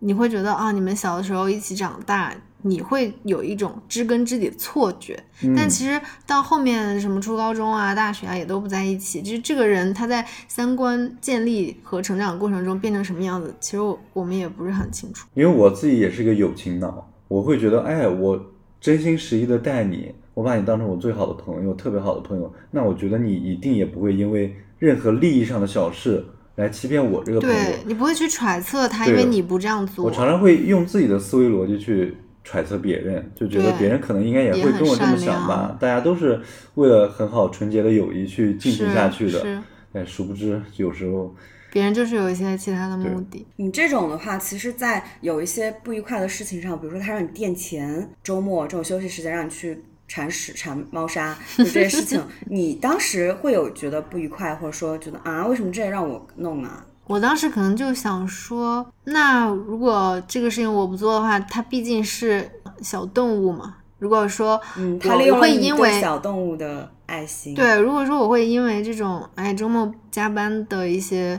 [SPEAKER 1] 你会觉得啊，你们小的时候一起长大，你会有一种知根知底的错觉。
[SPEAKER 2] 嗯、
[SPEAKER 1] 但其实到后面什么初高中啊、大学啊也都不在一起，就是这个人他在三观建立和成长过程中变成什么样子，其实我我们也不是很清楚。
[SPEAKER 2] 因为我自己也是个友情脑，我会觉得，哎，我真心实意的待你，我把你当成我最好的朋友，特别好的朋友，那我觉得你一定也不会因为任何利益上的小事来欺骗我这个朋友。
[SPEAKER 1] 对你不会去揣测他，因
[SPEAKER 2] 对
[SPEAKER 1] 为你不这样做。
[SPEAKER 2] 我常常会用自己的思维逻辑去揣测别人，就觉得
[SPEAKER 1] 对
[SPEAKER 2] 别人可能应该也
[SPEAKER 1] 也
[SPEAKER 2] 会
[SPEAKER 1] 很
[SPEAKER 2] 跟我这么
[SPEAKER 1] 善
[SPEAKER 2] 想吧
[SPEAKER 1] 良。
[SPEAKER 2] 大家都是为了很好纯洁的友谊去进行
[SPEAKER 1] 是
[SPEAKER 2] 下去
[SPEAKER 1] 是
[SPEAKER 2] 的。哎，殊不知有时候，
[SPEAKER 1] 别人就是有一些其他的目的。
[SPEAKER 3] 你这种的话，其实，在有一些不愉快的事情上，比如说他让你垫钱，周末这种休息时间让你去铲屎、铲猫砂，就这些事 情，你当时会有觉得不愉快，或者说觉得啊，为什么这也让我弄啊？
[SPEAKER 1] 我当时可能就想说，那如果这个事情我不做的话，它毕竟是小动物嘛。如果说
[SPEAKER 3] 嗯，
[SPEAKER 1] 我
[SPEAKER 3] 他利用了
[SPEAKER 1] 会
[SPEAKER 3] 你
[SPEAKER 1] 因
[SPEAKER 3] 对
[SPEAKER 1] 为
[SPEAKER 3] 小动物的爱心，，
[SPEAKER 1] 对，如果说我会因为这种哎周末加班的一些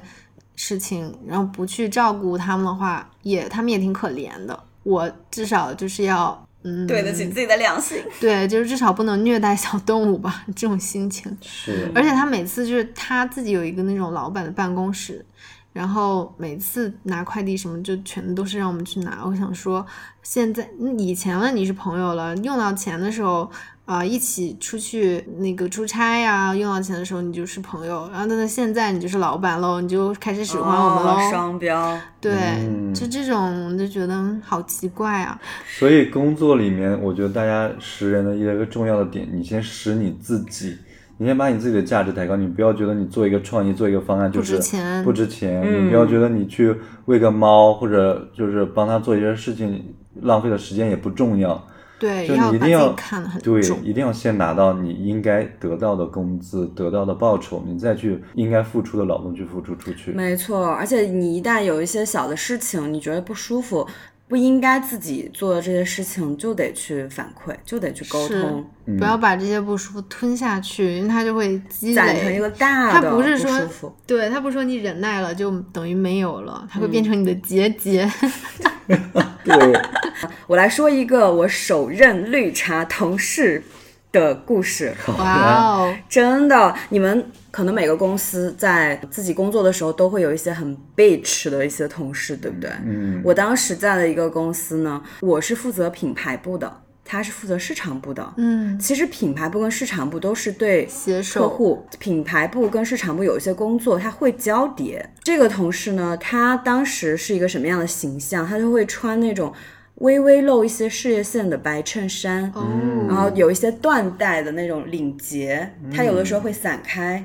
[SPEAKER 1] 事情，然后不去照顾他们的话，也他们也挺可怜的。我至少就是要嗯，
[SPEAKER 3] 对得起自己的良心。
[SPEAKER 1] 对，就是至少不能虐待小动物吧，这种心情。
[SPEAKER 2] 是
[SPEAKER 1] 而且他每次就是他自己有一个那种老板的办公室，然后每次拿快递什么就全都是让我们去拿。我想说，现在嗯以前了你是朋友了，用到钱的时候啊、一起出去那个出差呀、用到钱的时候你就是朋友，然后但是现在你就是老板喽，你就开始使唤我们
[SPEAKER 3] 哦
[SPEAKER 1] 喽。
[SPEAKER 3] 双标。
[SPEAKER 1] 对，
[SPEAKER 2] 嗯
[SPEAKER 1] 就这种我就觉得嗯好奇怪啊。
[SPEAKER 2] 所以工作里面，我觉得大家识人的一个重要的点，你先识你自己，你先把你自己的价值抬高，你不要觉得你做一个创意、做一个方案
[SPEAKER 1] 不
[SPEAKER 2] 就是
[SPEAKER 1] 值钱
[SPEAKER 2] 不值钱，
[SPEAKER 3] 嗯
[SPEAKER 2] 你不要觉得你去喂个猫或者就是帮它做一些事情，浪费的时间也不重要，
[SPEAKER 1] 对，
[SPEAKER 2] 就你一
[SPEAKER 1] 把
[SPEAKER 2] 定
[SPEAKER 1] 自己
[SPEAKER 2] 要
[SPEAKER 1] 看得很
[SPEAKER 2] 对
[SPEAKER 1] 重，。
[SPEAKER 2] 一定要先拿到你应该得到的工资、得到的报酬，你再去应该付出的劳动去付出出去。
[SPEAKER 3] 没错，而且你一旦有一些小的事情，你觉得不舒服，不应该自己做的这些事情，就得去反馈，就得去沟
[SPEAKER 1] 是
[SPEAKER 3] 通，
[SPEAKER 2] 嗯
[SPEAKER 1] 不要把这些不舒服吞下去，因为它就会积
[SPEAKER 3] 攒成一
[SPEAKER 1] 累。
[SPEAKER 3] 个大
[SPEAKER 1] 嗯它
[SPEAKER 3] 的
[SPEAKER 1] 不是说
[SPEAKER 3] 舒服。嗯
[SPEAKER 1] 对，它不是说你忍耐了就等于没有了，它会变成你的结 节。
[SPEAKER 2] 对，
[SPEAKER 3] 我来说一个我首任绿茶同事的故事。
[SPEAKER 1] 哇哦，
[SPEAKER 3] 真的，你们可能每个公司在自己工作的时候都会有一些很 bitch 的一些同事，对不对？
[SPEAKER 2] 嗯，
[SPEAKER 3] 我当时在的一个公司呢，我是负责品牌部的，他是负责市场部的。
[SPEAKER 1] 嗯，
[SPEAKER 3] 其实品牌部跟市场部都是对
[SPEAKER 1] 携
[SPEAKER 3] 客
[SPEAKER 1] 手，
[SPEAKER 3] 户品牌部跟市场部有一些工作，它会交叠。这个同事呢，他当时是一个什么样的形象？他就会穿那种微微露一些事业线的白衬衫，
[SPEAKER 1] 哦，
[SPEAKER 3] 然后有一些缎带的那种领结，它有的时候会散开，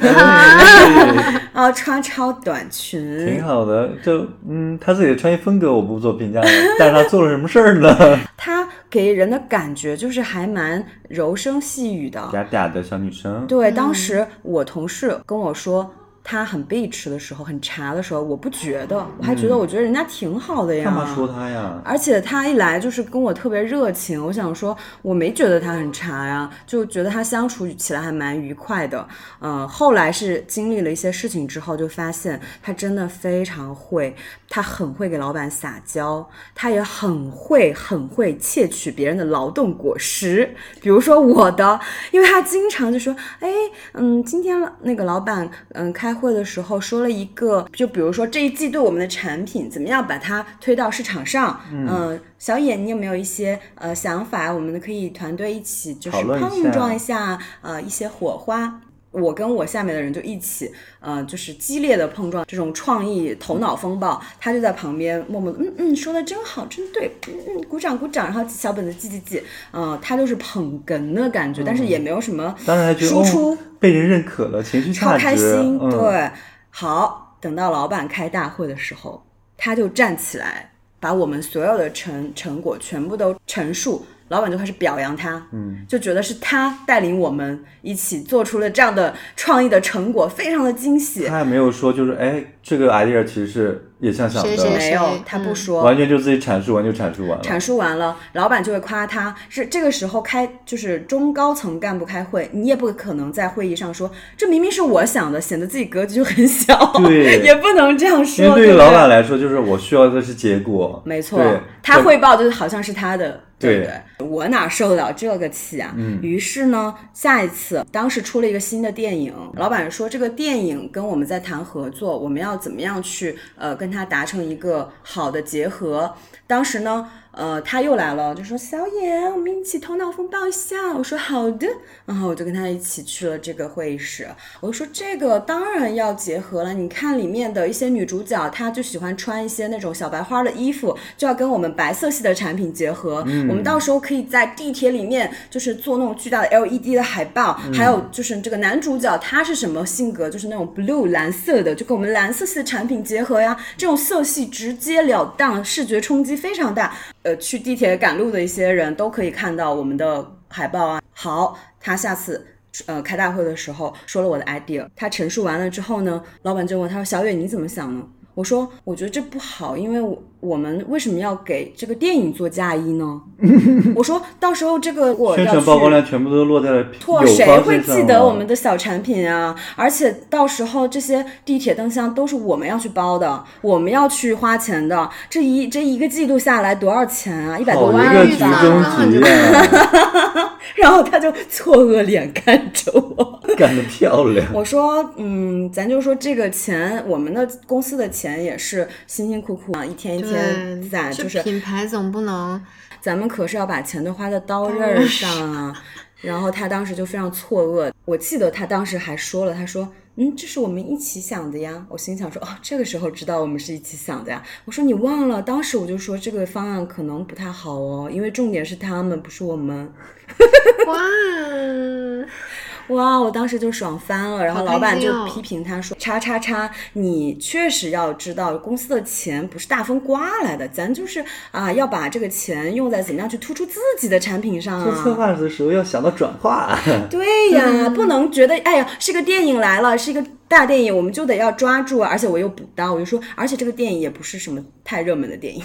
[SPEAKER 2] 嗯
[SPEAKER 3] 然后穿超短裙
[SPEAKER 2] 挺。好的，就嗯，他自己的穿衣风格我不做评价了，但是他做了什么事儿呢？
[SPEAKER 3] 她给人的感觉就是还蛮柔声细语的。
[SPEAKER 2] 嗲嗲的小女生，
[SPEAKER 3] 对，啊当时我同事跟我说。她很 bitch 的时候，很茶的时候，我不觉得，我还觉得，我觉得人家挺好的呀。
[SPEAKER 2] 嗯干嘛说她呀？
[SPEAKER 3] 而且他一来就是跟我特别热情，我想说我没觉得他很差呀，就觉得他相处起来还蛮愉快的。嗯，后来是经历了一些事情之后，就发现他真的非常会，他很会给老板撒娇，他也很会很会窃取别人的劳动果实，比如说我的，因为他经常就说，哎，嗯，今天那个老板，嗯，开会的时候说了一个，就比如说这一季度我们的产品怎么样把它推到市场上，嗯、小野，你有没有一些呃想法？我们可以团队一起就是
[SPEAKER 2] 讨论一下
[SPEAKER 3] 碰撞一下，呃，一些火花。我跟我下面的人就一起，呃，就是激烈的碰撞，这种创意头脑风暴，他就在旁边默默地嗯嗯说的真好，真对，嗯嗯鼓掌鼓掌，然后小本子记记记，嗯，他就是捧哏的感觉，但是也没有什么
[SPEAKER 2] 嗯当然还觉得
[SPEAKER 3] 输出
[SPEAKER 2] 哦、被人认可了，情绪价
[SPEAKER 3] 超
[SPEAKER 2] 值，
[SPEAKER 3] 开心。
[SPEAKER 2] 嗯、，
[SPEAKER 3] 对，好，等到老板开大会的时候，他就站起来，把我们所有的成成果全部都陈述，老板就开始表扬他，
[SPEAKER 2] 嗯，
[SPEAKER 3] 就觉得是他带领我们一起做出了这样的创意的成果，非常的惊喜。
[SPEAKER 2] 他也没有说就是哎，这个 idea 其实是也像想的，
[SPEAKER 1] 谁谁
[SPEAKER 3] 没有，他不
[SPEAKER 1] 嗯
[SPEAKER 3] 说，
[SPEAKER 2] 完全就自己阐述完就阐述完了。
[SPEAKER 3] 阐述完了，老板就会夸他。是这个时候开，就是中高层干部开会，你也不可能在会议上说，这明明是我想的，显得自己格局很小，
[SPEAKER 2] 对
[SPEAKER 3] 也不能这样说。
[SPEAKER 2] 因为对于
[SPEAKER 3] 不
[SPEAKER 2] 老板来说，就是我需要的是结果，
[SPEAKER 3] 没错
[SPEAKER 2] 对，
[SPEAKER 3] 他汇报就是好像是他的，对
[SPEAKER 2] 对嗯
[SPEAKER 3] 不对？我哪受得了这个气啊？于是呢，下一次当时出了一个新的电影，老板说这个电影跟我们在谈合作，我们要怎么样去呃跟他达成一个好的结合？当时呢，呃，他又来了，就说小野，我们一起头脑风暴一下。我说好的，然后我就跟他一起去了这个会议室。我说这个当然要结合了，你看里面的一些女主角，她就喜欢穿一些那种小白花的衣服，就要跟我们白色系的产品结合。我们到时候可以在地铁里面就是做那种巨大的 LED 的海报，还有就是这个男主角他是什么性格，就是那种 blue 蓝色的，就跟我们蓝色系的产品结合呀。这种色系直截了当，视觉冲击非常大。呃去地铁赶路的一些人都可以看到我们的海报啊。好，他下次。呃，开大会的时候说了我的 idea，他陈述完了之后呢，老板就问他说：“小远你怎么想呢？”我说：“我觉得这不好，因为我我们为什么要给这个电影做嫁衣呢？” 我说到时候这个我
[SPEAKER 2] 宣
[SPEAKER 3] 要
[SPEAKER 2] 传
[SPEAKER 3] 去
[SPEAKER 2] 曝光量全部都落在了
[SPEAKER 3] 拓，
[SPEAKER 2] 友
[SPEAKER 3] 谁
[SPEAKER 2] 方啊哦
[SPEAKER 3] 会
[SPEAKER 2] 身上
[SPEAKER 3] 记得
[SPEAKER 2] 了
[SPEAKER 3] 我们的小产品啊？而且到时候这些地铁灯箱都是我们要去包的，我们要去花钱的。这一这一个季度下来多少钱啊？一百多
[SPEAKER 2] 好
[SPEAKER 3] 万
[SPEAKER 2] 一
[SPEAKER 1] 玩
[SPEAKER 2] 个
[SPEAKER 3] 吧
[SPEAKER 1] 儿
[SPEAKER 2] 局
[SPEAKER 1] 吧
[SPEAKER 2] 中啊局呀，
[SPEAKER 3] 然后他就错愕脸看着我。
[SPEAKER 2] 干得漂亮！
[SPEAKER 3] 我说，嗯，咱就说这个钱，我们的公司的钱也是辛辛苦苦啊，一天一天
[SPEAKER 1] 对，
[SPEAKER 3] 攒，就是
[SPEAKER 1] 品牌总不 能
[SPEAKER 3] 咱们可是要把钱都花在刀刃儿上 啊。然后他当时就非常错愕，我记得他当时还说了，他说：“嗯，这是我们一起想的呀。”我心想说：“哦，这个时候知道我们是一起想的呀。”我说：“你忘了，当时我就说这个方案可能不太好哦，因为重点是他们，不是我们。
[SPEAKER 1] 哇，”
[SPEAKER 3] 哇，我当时就爽翻了。然后
[SPEAKER 1] 好
[SPEAKER 3] 老板
[SPEAKER 1] 开心
[SPEAKER 3] 就
[SPEAKER 1] 哦
[SPEAKER 3] 批评他说：“叉叉叉，你确实要知道，公司的钱不是大风刮来的，咱就是啊，要把这个钱用在怎么样去突出自己的产品上啊。”
[SPEAKER 2] 做策划的时候要想到转化，
[SPEAKER 3] 对呀，
[SPEAKER 1] 嗯
[SPEAKER 3] 不能觉得哎呀，是个电影来了，是一个大电影，我们就得要抓住啊。而且我又补刀，我就说，而且这个电影也不是什么太热门的 电影。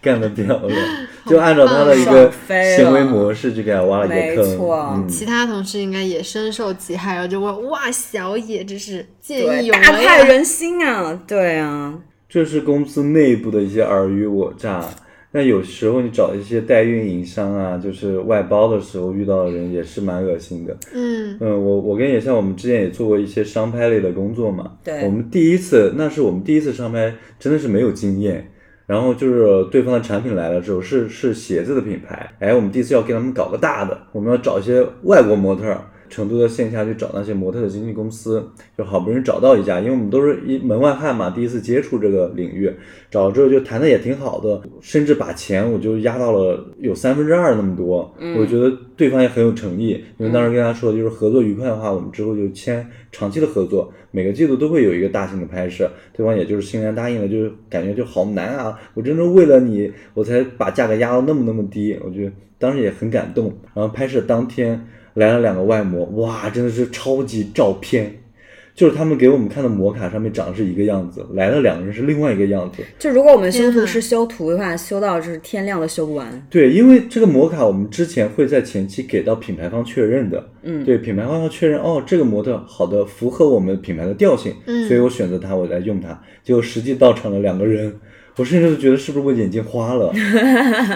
[SPEAKER 2] 干得漂亮，就按照他的一
[SPEAKER 3] 啊爽
[SPEAKER 2] 个
[SPEAKER 3] 飞
[SPEAKER 2] 行为
[SPEAKER 3] 了
[SPEAKER 2] 模式，就给他挖了一
[SPEAKER 3] 没
[SPEAKER 2] 个坑。
[SPEAKER 3] 错
[SPEAKER 2] 嗯，
[SPEAKER 1] 其他同事应该也深受其害，然后就问：“哇，小野真是见义
[SPEAKER 3] 对，
[SPEAKER 1] 勇
[SPEAKER 3] 大
[SPEAKER 1] 为
[SPEAKER 3] 快
[SPEAKER 1] 啊
[SPEAKER 3] 人心啊！对啊，
[SPEAKER 2] 这是公司内部的一些尔虞我诈。那有时候你找一些代运营商啊，就是外包的时候遇到的人也是蛮恶心的。！”
[SPEAKER 1] 嗯，
[SPEAKER 2] 嗯，我我跟野像我们之前也做过一些商拍类的工作嘛。
[SPEAKER 3] 对
[SPEAKER 2] 我们第一次，那是我们第一次商拍，真的是没有经验。然后就是对方的产品来了之后，是是鞋子的品牌，哎，我们第一次要给他们搞个大的，我们要找一些外国模特儿，成都的线下去找那些模特的经纪公司，就好不容易找到一家，因为我们都是一门外汉嘛，第一次接触这个领域，找了之后就谈的也挺好的，甚至把钱我就压到了有三分之二那么多，我觉得对方也很有诚意，因为当时跟他说的就是合作愉快的话，我们之后就签长期的合作，每个季度都会有一个大型的拍摄，对方也就是欣然答应了，就是感觉就好难啊，我真的为了你，我才把价格压到那么那么低，我觉得当时也很感动。然后拍摄当天来了两个外模，哇，真的是超级照片。就是他们给我们看的模卡上面长得是一个样子，来了两个人是另外一个样子，
[SPEAKER 3] 就如果我们修
[SPEAKER 1] 天
[SPEAKER 3] 图
[SPEAKER 1] 哪
[SPEAKER 3] 是修图的话，修到就是天亮都修不完。
[SPEAKER 2] 对，因为这个模卡我们之前会在前期给到品牌方确认的，
[SPEAKER 3] 嗯
[SPEAKER 2] 对，品牌方要确认哦，这个模特好的符合我们品牌的调性，
[SPEAKER 1] 嗯
[SPEAKER 2] 所以我选择它，我来用它。结果实际到场的两个人，我甚至都觉得是不是我眼睛花了，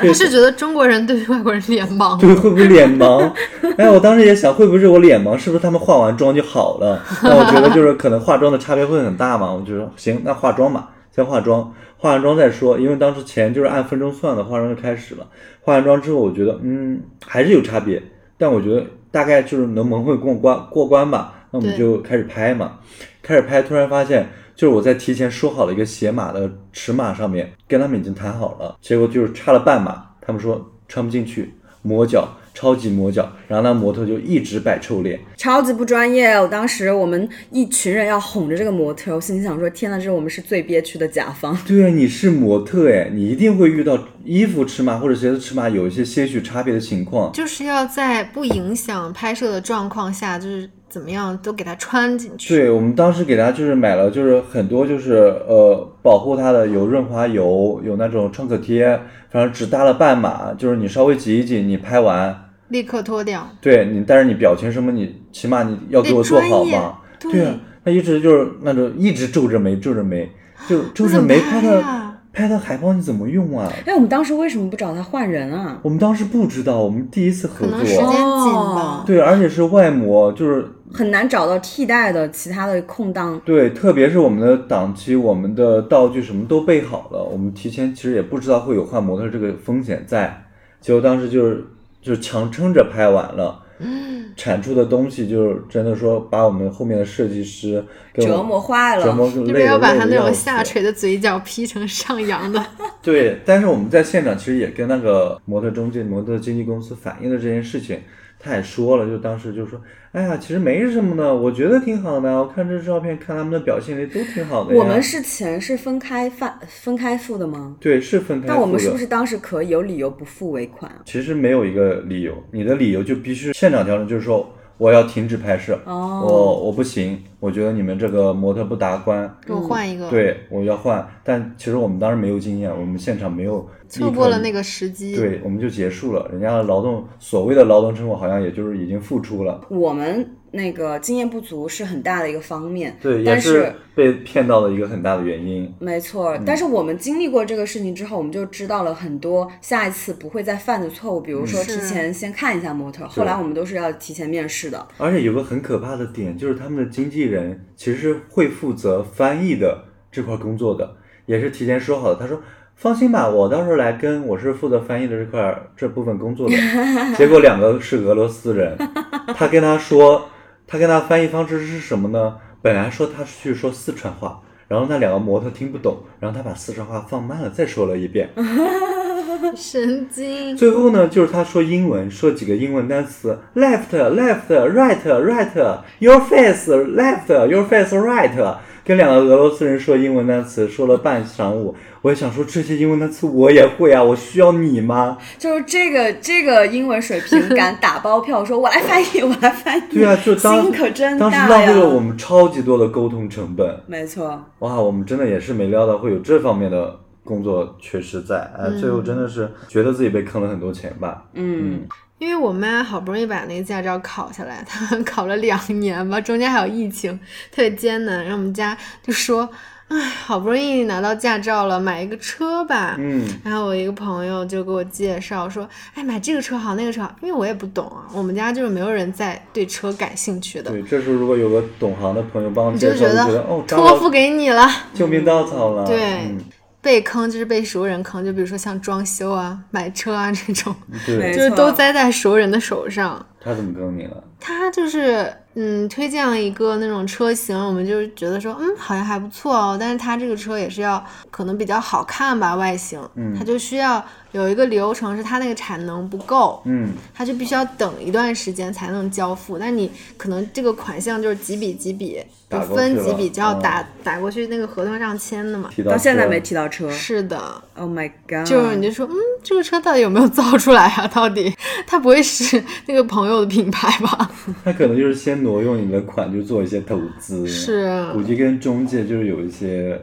[SPEAKER 2] 对
[SPEAKER 1] 我是觉得中国人对外国人脸盲，
[SPEAKER 2] 对，会不会脸盲？ 哎，我当时也想，会不会是我脸盲？是不是他们化完妆就好了？那我觉得就是可能化妆的差别会很大嘛。我就说行，那化妆吧，先化妆，化完妆再说。因为当时钱就是按分钟算的，化妆就开始了。化完妆之后，我觉得嗯还是有差别，但我觉得大概就是能蒙混过关过关吧。那我们
[SPEAKER 1] 对
[SPEAKER 2] 就开始拍嘛，开始拍，突然发现就是我在提前说好了一个鞋码的尺码上面跟他们已经谈好了，结果就是差了半码，他们说穿不进去，磨脚，超级磨脚，然后那模特就一直摆臭脸，
[SPEAKER 3] 超级不专业！我当时我们一群人要哄着这个模特，我心里想说：天呐，这是我们是最憋屈的甲方。
[SPEAKER 2] 对啊，你是模特哎，你一定会遇到衣服尺码或者鞋子尺码有一些些许差别的情况，
[SPEAKER 1] 就是要在不影响拍摄的状况下，就是怎么样都给它穿进去。
[SPEAKER 2] 对我们当时给他就是买了，就是很多就是呃保护它的有润滑油，有那种创可贴，反正只搭了半码，就是你稍微挤一挤，你拍完，
[SPEAKER 1] 立刻脱掉。
[SPEAKER 2] 对你，但是你表情什么你起码你要给我做好
[SPEAKER 1] 得专业
[SPEAKER 2] 嘛，
[SPEAKER 1] 对
[SPEAKER 2] 对啊，他一直就是那种一直皱着眉皱着眉，就皱
[SPEAKER 1] 你
[SPEAKER 2] 着
[SPEAKER 1] 怎么
[SPEAKER 2] 眉
[SPEAKER 1] 拍
[SPEAKER 2] 拍的
[SPEAKER 1] 呀
[SPEAKER 2] 拍的海报你怎么用啊？
[SPEAKER 3] 哎，我们当时为什么不找他换人啊？
[SPEAKER 2] 我们当时不知道，我们第一次合
[SPEAKER 1] 可能时间
[SPEAKER 2] 作，
[SPEAKER 1] 紧吧
[SPEAKER 3] 哦，
[SPEAKER 2] 对，而且是外模，就是
[SPEAKER 3] 很难找到替代的其他的空档。
[SPEAKER 2] 对，特别是我们的档期、我们的道具什么都备好了，我们提前其实也不知道会有换模特这个风险在，结果当时就是就是强撑着拍完了，产出的东西就是真的说把我们后面的设计师给我
[SPEAKER 3] 折磨坏了
[SPEAKER 2] 折磨
[SPEAKER 1] 就
[SPEAKER 2] 累
[SPEAKER 1] 是
[SPEAKER 2] 得
[SPEAKER 1] 要把
[SPEAKER 2] 累
[SPEAKER 1] 他
[SPEAKER 2] 得
[SPEAKER 1] 那
[SPEAKER 2] 要
[SPEAKER 1] 种
[SPEAKER 2] 死
[SPEAKER 1] 下垂的嘴角 P 成上扬的。
[SPEAKER 2] 对，但是我们在现场其实也跟那个模特中介、模特经纪公司反映了这件事情，他也说了，就当时就说，哎呀，其实没什么的，我觉得挺好的，啊我看这照片，看他们的表现力都挺好的呀。
[SPEAKER 3] 我们是钱是分开饭分开付的吗？
[SPEAKER 2] 对是分开付的，
[SPEAKER 3] 但我们是不是当时可以有理由不付尾款啊？
[SPEAKER 2] 其实没有一个理由，你的理由就必须现场调整，就是说我要停止拍摄，
[SPEAKER 3] 哦
[SPEAKER 2] 我我不行，我觉得你们这个模特不达观，
[SPEAKER 1] 给我换一
[SPEAKER 3] 哦
[SPEAKER 1] 个，，
[SPEAKER 2] 对我要换。但其实我们当时没有经验，我们现场没有
[SPEAKER 1] 错过了那
[SPEAKER 2] 个，
[SPEAKER 1] 个时机，，
[SPEAKER 2] 对，我们就结束了。人家的劳动所谓的劳动成果，好像也就是已经付出了，
[SPEAKER 3] 我们那个经验不足是很大的一个方面，
[SPEAKER 2] 对，也
[SPEAKER 3] 但是
[SPEAKER 2] 是被骗到的一个很大的原因。
[SPEAKER 3] 没错，
[SPEAKER 2] 嗯
[SPEAKER 3] 但是我们经历过这个事情之后，我们就知道了很多下一次不会再犯的错误，
[SPEAKER 2] 嗯
[SPEAKER 3] 比如说提
[SPEAKER 1] 是
[SPEAKER 3] 前先看一下模特，后来我们都是要提前面试的。
[SPEAKER 2] 而且有个很可怕的点，就是他们的经纪人其实是会负责翻译的这块工作的，也是提前说好的。他说：“放心吧，我到时候来跟，我是负责翻译的这块儿这部分工作的。”结果两个是俄罗斯人，他跟他说，他跟他翻译方式是什么呢？本来说他去说四川话，然后那两个模特听不懂，然后他把四川话放慢了再说了一遍，
[SPEAKER 1] 神经，
[SPEAKER 2] 最后呢，就是他说英文，说几个英文单词，left left right right your face left your face right，跟两个俄罗斯人说英文单词，说了半晌午。我也想说这些英文单词我也会啊，我需要你 吗？
[SPEAKER 3] 就是这个这个英文水 平敢打包票说，我来翻译，我来翻译，
[SPEAKER 2] 对啊，就当
[SPEAKER 3] 心可真
[SPEAKER 2] 当时
[SPEAKER 3] 大
[SPEAKER 2] 浪费
[SPEAKER 3] 呀。
[SPEAKER 2] 了我们超级多的沟通成本。
[SPEAKER 3] 没错，
[SPEAKER 2] 哇，我们真的也是没料到会有这方面的工作缺失在，哎、
[SPEAKER 1] 嗯
[SPEAKER 2] 最后真的是觉得自己被坑了很多钱吧。
[SPEAKER 3] 嗯，
[SPEAKER 1] 因为我妈好不容易把那个驾照考下来，她 考了两年吧，中间还有疫情，特别艰难。然后我们家就说：“哎，好不容易拿到驾照了，买一个车吧。”
[SPEAKER 2] 嗯，
[SPEAKER 1] 然后我一个朋友就给我介绍说：“哎，买这个车好，那个车好。”因为我也不懂啊，我们家就是没有人在对车感兴趣的，
[SPEAKER 2] 对，这时候如果有个懂行的朋友帮我
[SPEAKER 1] 你
[SPEAKER 2] 介
[SPEAKER 1] 就觉
[SPEAKER 2] 绍，我就觉
[SPEAKER 1] 得
[SPEAKER 2] 得哦，张老
[SPEAKER 1] 托付给你了。
[SPEAKER 2] 救命稻草了。
[SPEAKER 1] 对
[SPEAKER 2] 嗯、
[SPEAKER 1] 被坑就是被熟人坑，就比如说像装修啊、买车啊这种，
[SPEAKER 3] 没
[SPEAKER 2] 对，
[SPEAKER 1] 就是
[SPEAKER 3] 错
[SPEAKER 1] 都栽在熟人的手上。
[SPEAKER 2] 他怎么坑你了？
[SPEAKER 1] 他就是嗯推荐了一个那种车型，我们就是觉得说嗯好像还不错哦，但是他这个车也是要可能比较好看吧外形，
[SPEAKER 2] 嗯
[SPEAKER 1] 他就需要有一个流程是他那个产能不够，
[SPEAKER 2] 嗯，
[SPEAKER 1] 他就必须要等一段时间才能交付。那你可能这个款项就是几笔几笔，就
[SPEAKER 2] 打过去
[SPEAKER 1] 分
[SPEAKER 2] 了
[SPEAKER 1] 几笔就要
[SPEAKER 2] 嗯
[SPEAKER 1] 打、打过去那个合同上签的嘛。
[SPEAKER 2] 提到
[SPEAKER 3] 到现在
[SPEAKER 2] 车
[SPEAKER 3] 没提到车。
[SPEAKER 1] 是的，
[SPEAKER 3] Oh my god！
[SPEAKER 1] 就是你就说，嗯，这个车到底有没有造出来啊？到底它不会是那个朋友的品牌吧？
[SPEAKER 2] 他可能就是先挪用你的款，就做一些投资，
[SPEAKER 1] 是
[SPEAKER 2] 估计跟中介就是有一些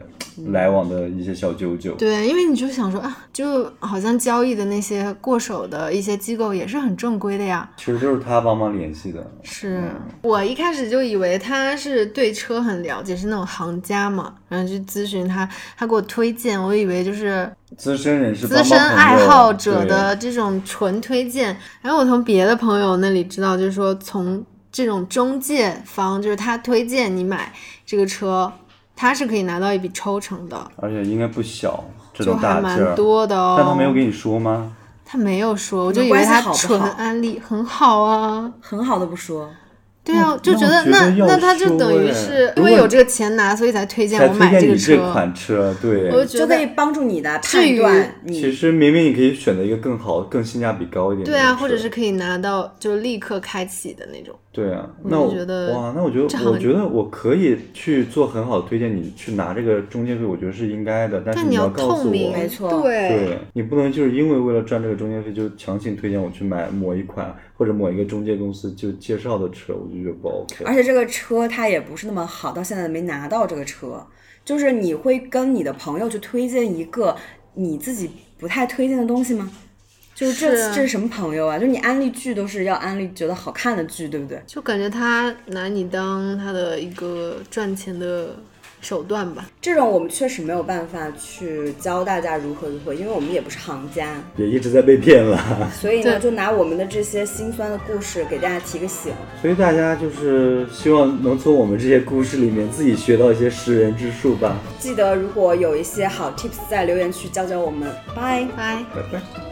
[SPEAKER 2] 来往的一些小九九。
[SPEAKER 1] 对，因为你就想说啊，就好像交易的那些过手的一些机构也是很正规的呀。
[SPEAKER 2] 其实都是他帮忙联系的，
[SPEAKER 1] 是我一开始就以为他是对车很了解，是那种行家嘛，然后去咨询他，他给我推荐，我以为就是
[SPEAKER 2] 资深人士帮
[SPEAKER 1] 资
[SPEAKER 2] 帮
[SPEAKER 1] 深
[SPEAKER 2] 朋友
[SPEAKER 1] 爱好者的这种纯推荐。然后我从别的朋友那里知道，就是说从这种中介方，就是他推荐你买这个车，他是可以拿到一笔抽成的，
[SPEAKER 2] 对而且应该不小，这
[SPEAKER 1] 就
[SPEAKER 2] 种大
[SPEAKER 1] 还
[SPEAKER 2] 劲儿
[SPEAKER 1] 蛮。多的哦。
[SPEAKER 2] 但他没有跟你说吗？
[SPEAKER 1] 他没有说，我就
[SPEAKER 3] 们
[SPEAKER 1] 以为
[SPEAKER 3] 关系
[SPEAKER 1] 他
[SPEAKER 3] 好不
[SPEAKER 1] 纯
[SPEAKER 3] 好
[SPEAKER 1] 安利很好啊。
[SPEAKER 3] 很好的不说，
[SPEAKER 1] 对啊，就
[SPEAKER 2] 嗯那
[SPEAKER 1] 觉
[SPEAKER 2] 我
[SPEAKER 1] 得
[SPEAKER 2] 觉
[SPEAKER 1] 那
[SPEAKER 2] 得要
[SPEAKER 1] 那他就
[SPEAKER 2] 说
[SPEAKER 1] 等于
[SPEAKER 2] 哎
[SPEAKER 1] 是因
[SPEAKER 2] 如
[SPEAKER 1] 为
[SPEAKER 2] 果
[SPEAKER 1] 有这个钱拿，所以才推荐
[SPEAKER 2] 才
[SPEAKER 1] 哎我
[SPEAKER 2] 推
[SPEAKER 1] 买
[SPEAKER 2] 荐你
[SPEAKER 1] 车。
[SPEAKER 2] 这款车，对。
[SPEAKER 1] 我就觉
[SPEAKER 3] 就可
[SPEAKER 1] 得
[SPEAKER 3] 以帮助你来
[SPEAKER 1] 至于
[SPEAKER 3] 判断
[SPEAKER 2] 其
[SPEAKER 3] 你。
[SPEAKER 2] 实明明你可以选择一个更好、更性价比高一点的车。
[SPEAKER 1] 对啊，或者是可以拿到就立刻开启的那种。
[SPEAKER 2] 对啊，
[SPEAKER 1] 我
[SPEAKER 2] 那
[SPEAKER 1] 就
[SPEAKER 2] 我
[SPEAKER 1] 觉得
[SPEAKER 2] 哇，那我觉
[SPEAKER 1] 这
[SPEAKER 2] 得，
[SPEAKER 1] 好
[SPEAKER 2] 我觉得我可以去做很好的推荐，你去拿这个中介费，我觉得是应该的，但是
[SPEAKER 1] 但你
[SPEAKER 2] 要告
[SPEAKER 1] 透
[SPEAKER 2] 诉
[SPEAKER 1] 明，
[SPEAKER 2] 我，
[SPEAKER 3] 没错
[SPEAKER 1] 对，
[SPEAKER 2] 对你不能就是因为为了赚这个中介费就强行推荐我去买某一款或者某一个中介公司就介绍的车，我就觉得不 OK。
[SPEAKER 3] 而且这个车它也不是那么好，到现在没拿到这个车。就是你会跟你的朋友去推荐一个你自己不太推荐的东西吗？就是这
[SPEAKER 1] 是
[SPEAKER 3] 这是什么朋友啊？就是你安利剧都是要安利觉得好看的剧，对不对？
[SPEAKER 1] 就感觉他拿你当他的一个赚钱的手段吧。
[SPEAKER 3] 这种我们确实没有办法去教大家如何如何，因为我们也不是行家，
[SPEAKER 2] 也一直在被骗了，
[SPEAKER 3] 所以呢，
[SPEAKER 1] 对
[SPEAKER 3] 就拿我们的这些辛酸的故事给大家提个醒。
[SPEAKER 2] 所以大家就是希望能从我们这些故事里面自己学到一些识人之术吧。
[SPEAKER 3] 记得如果有一些好 tips，在留言区教教我们。拜。
[SPEAKER 1] 拜。
[SPEAKER 2] 拜拜。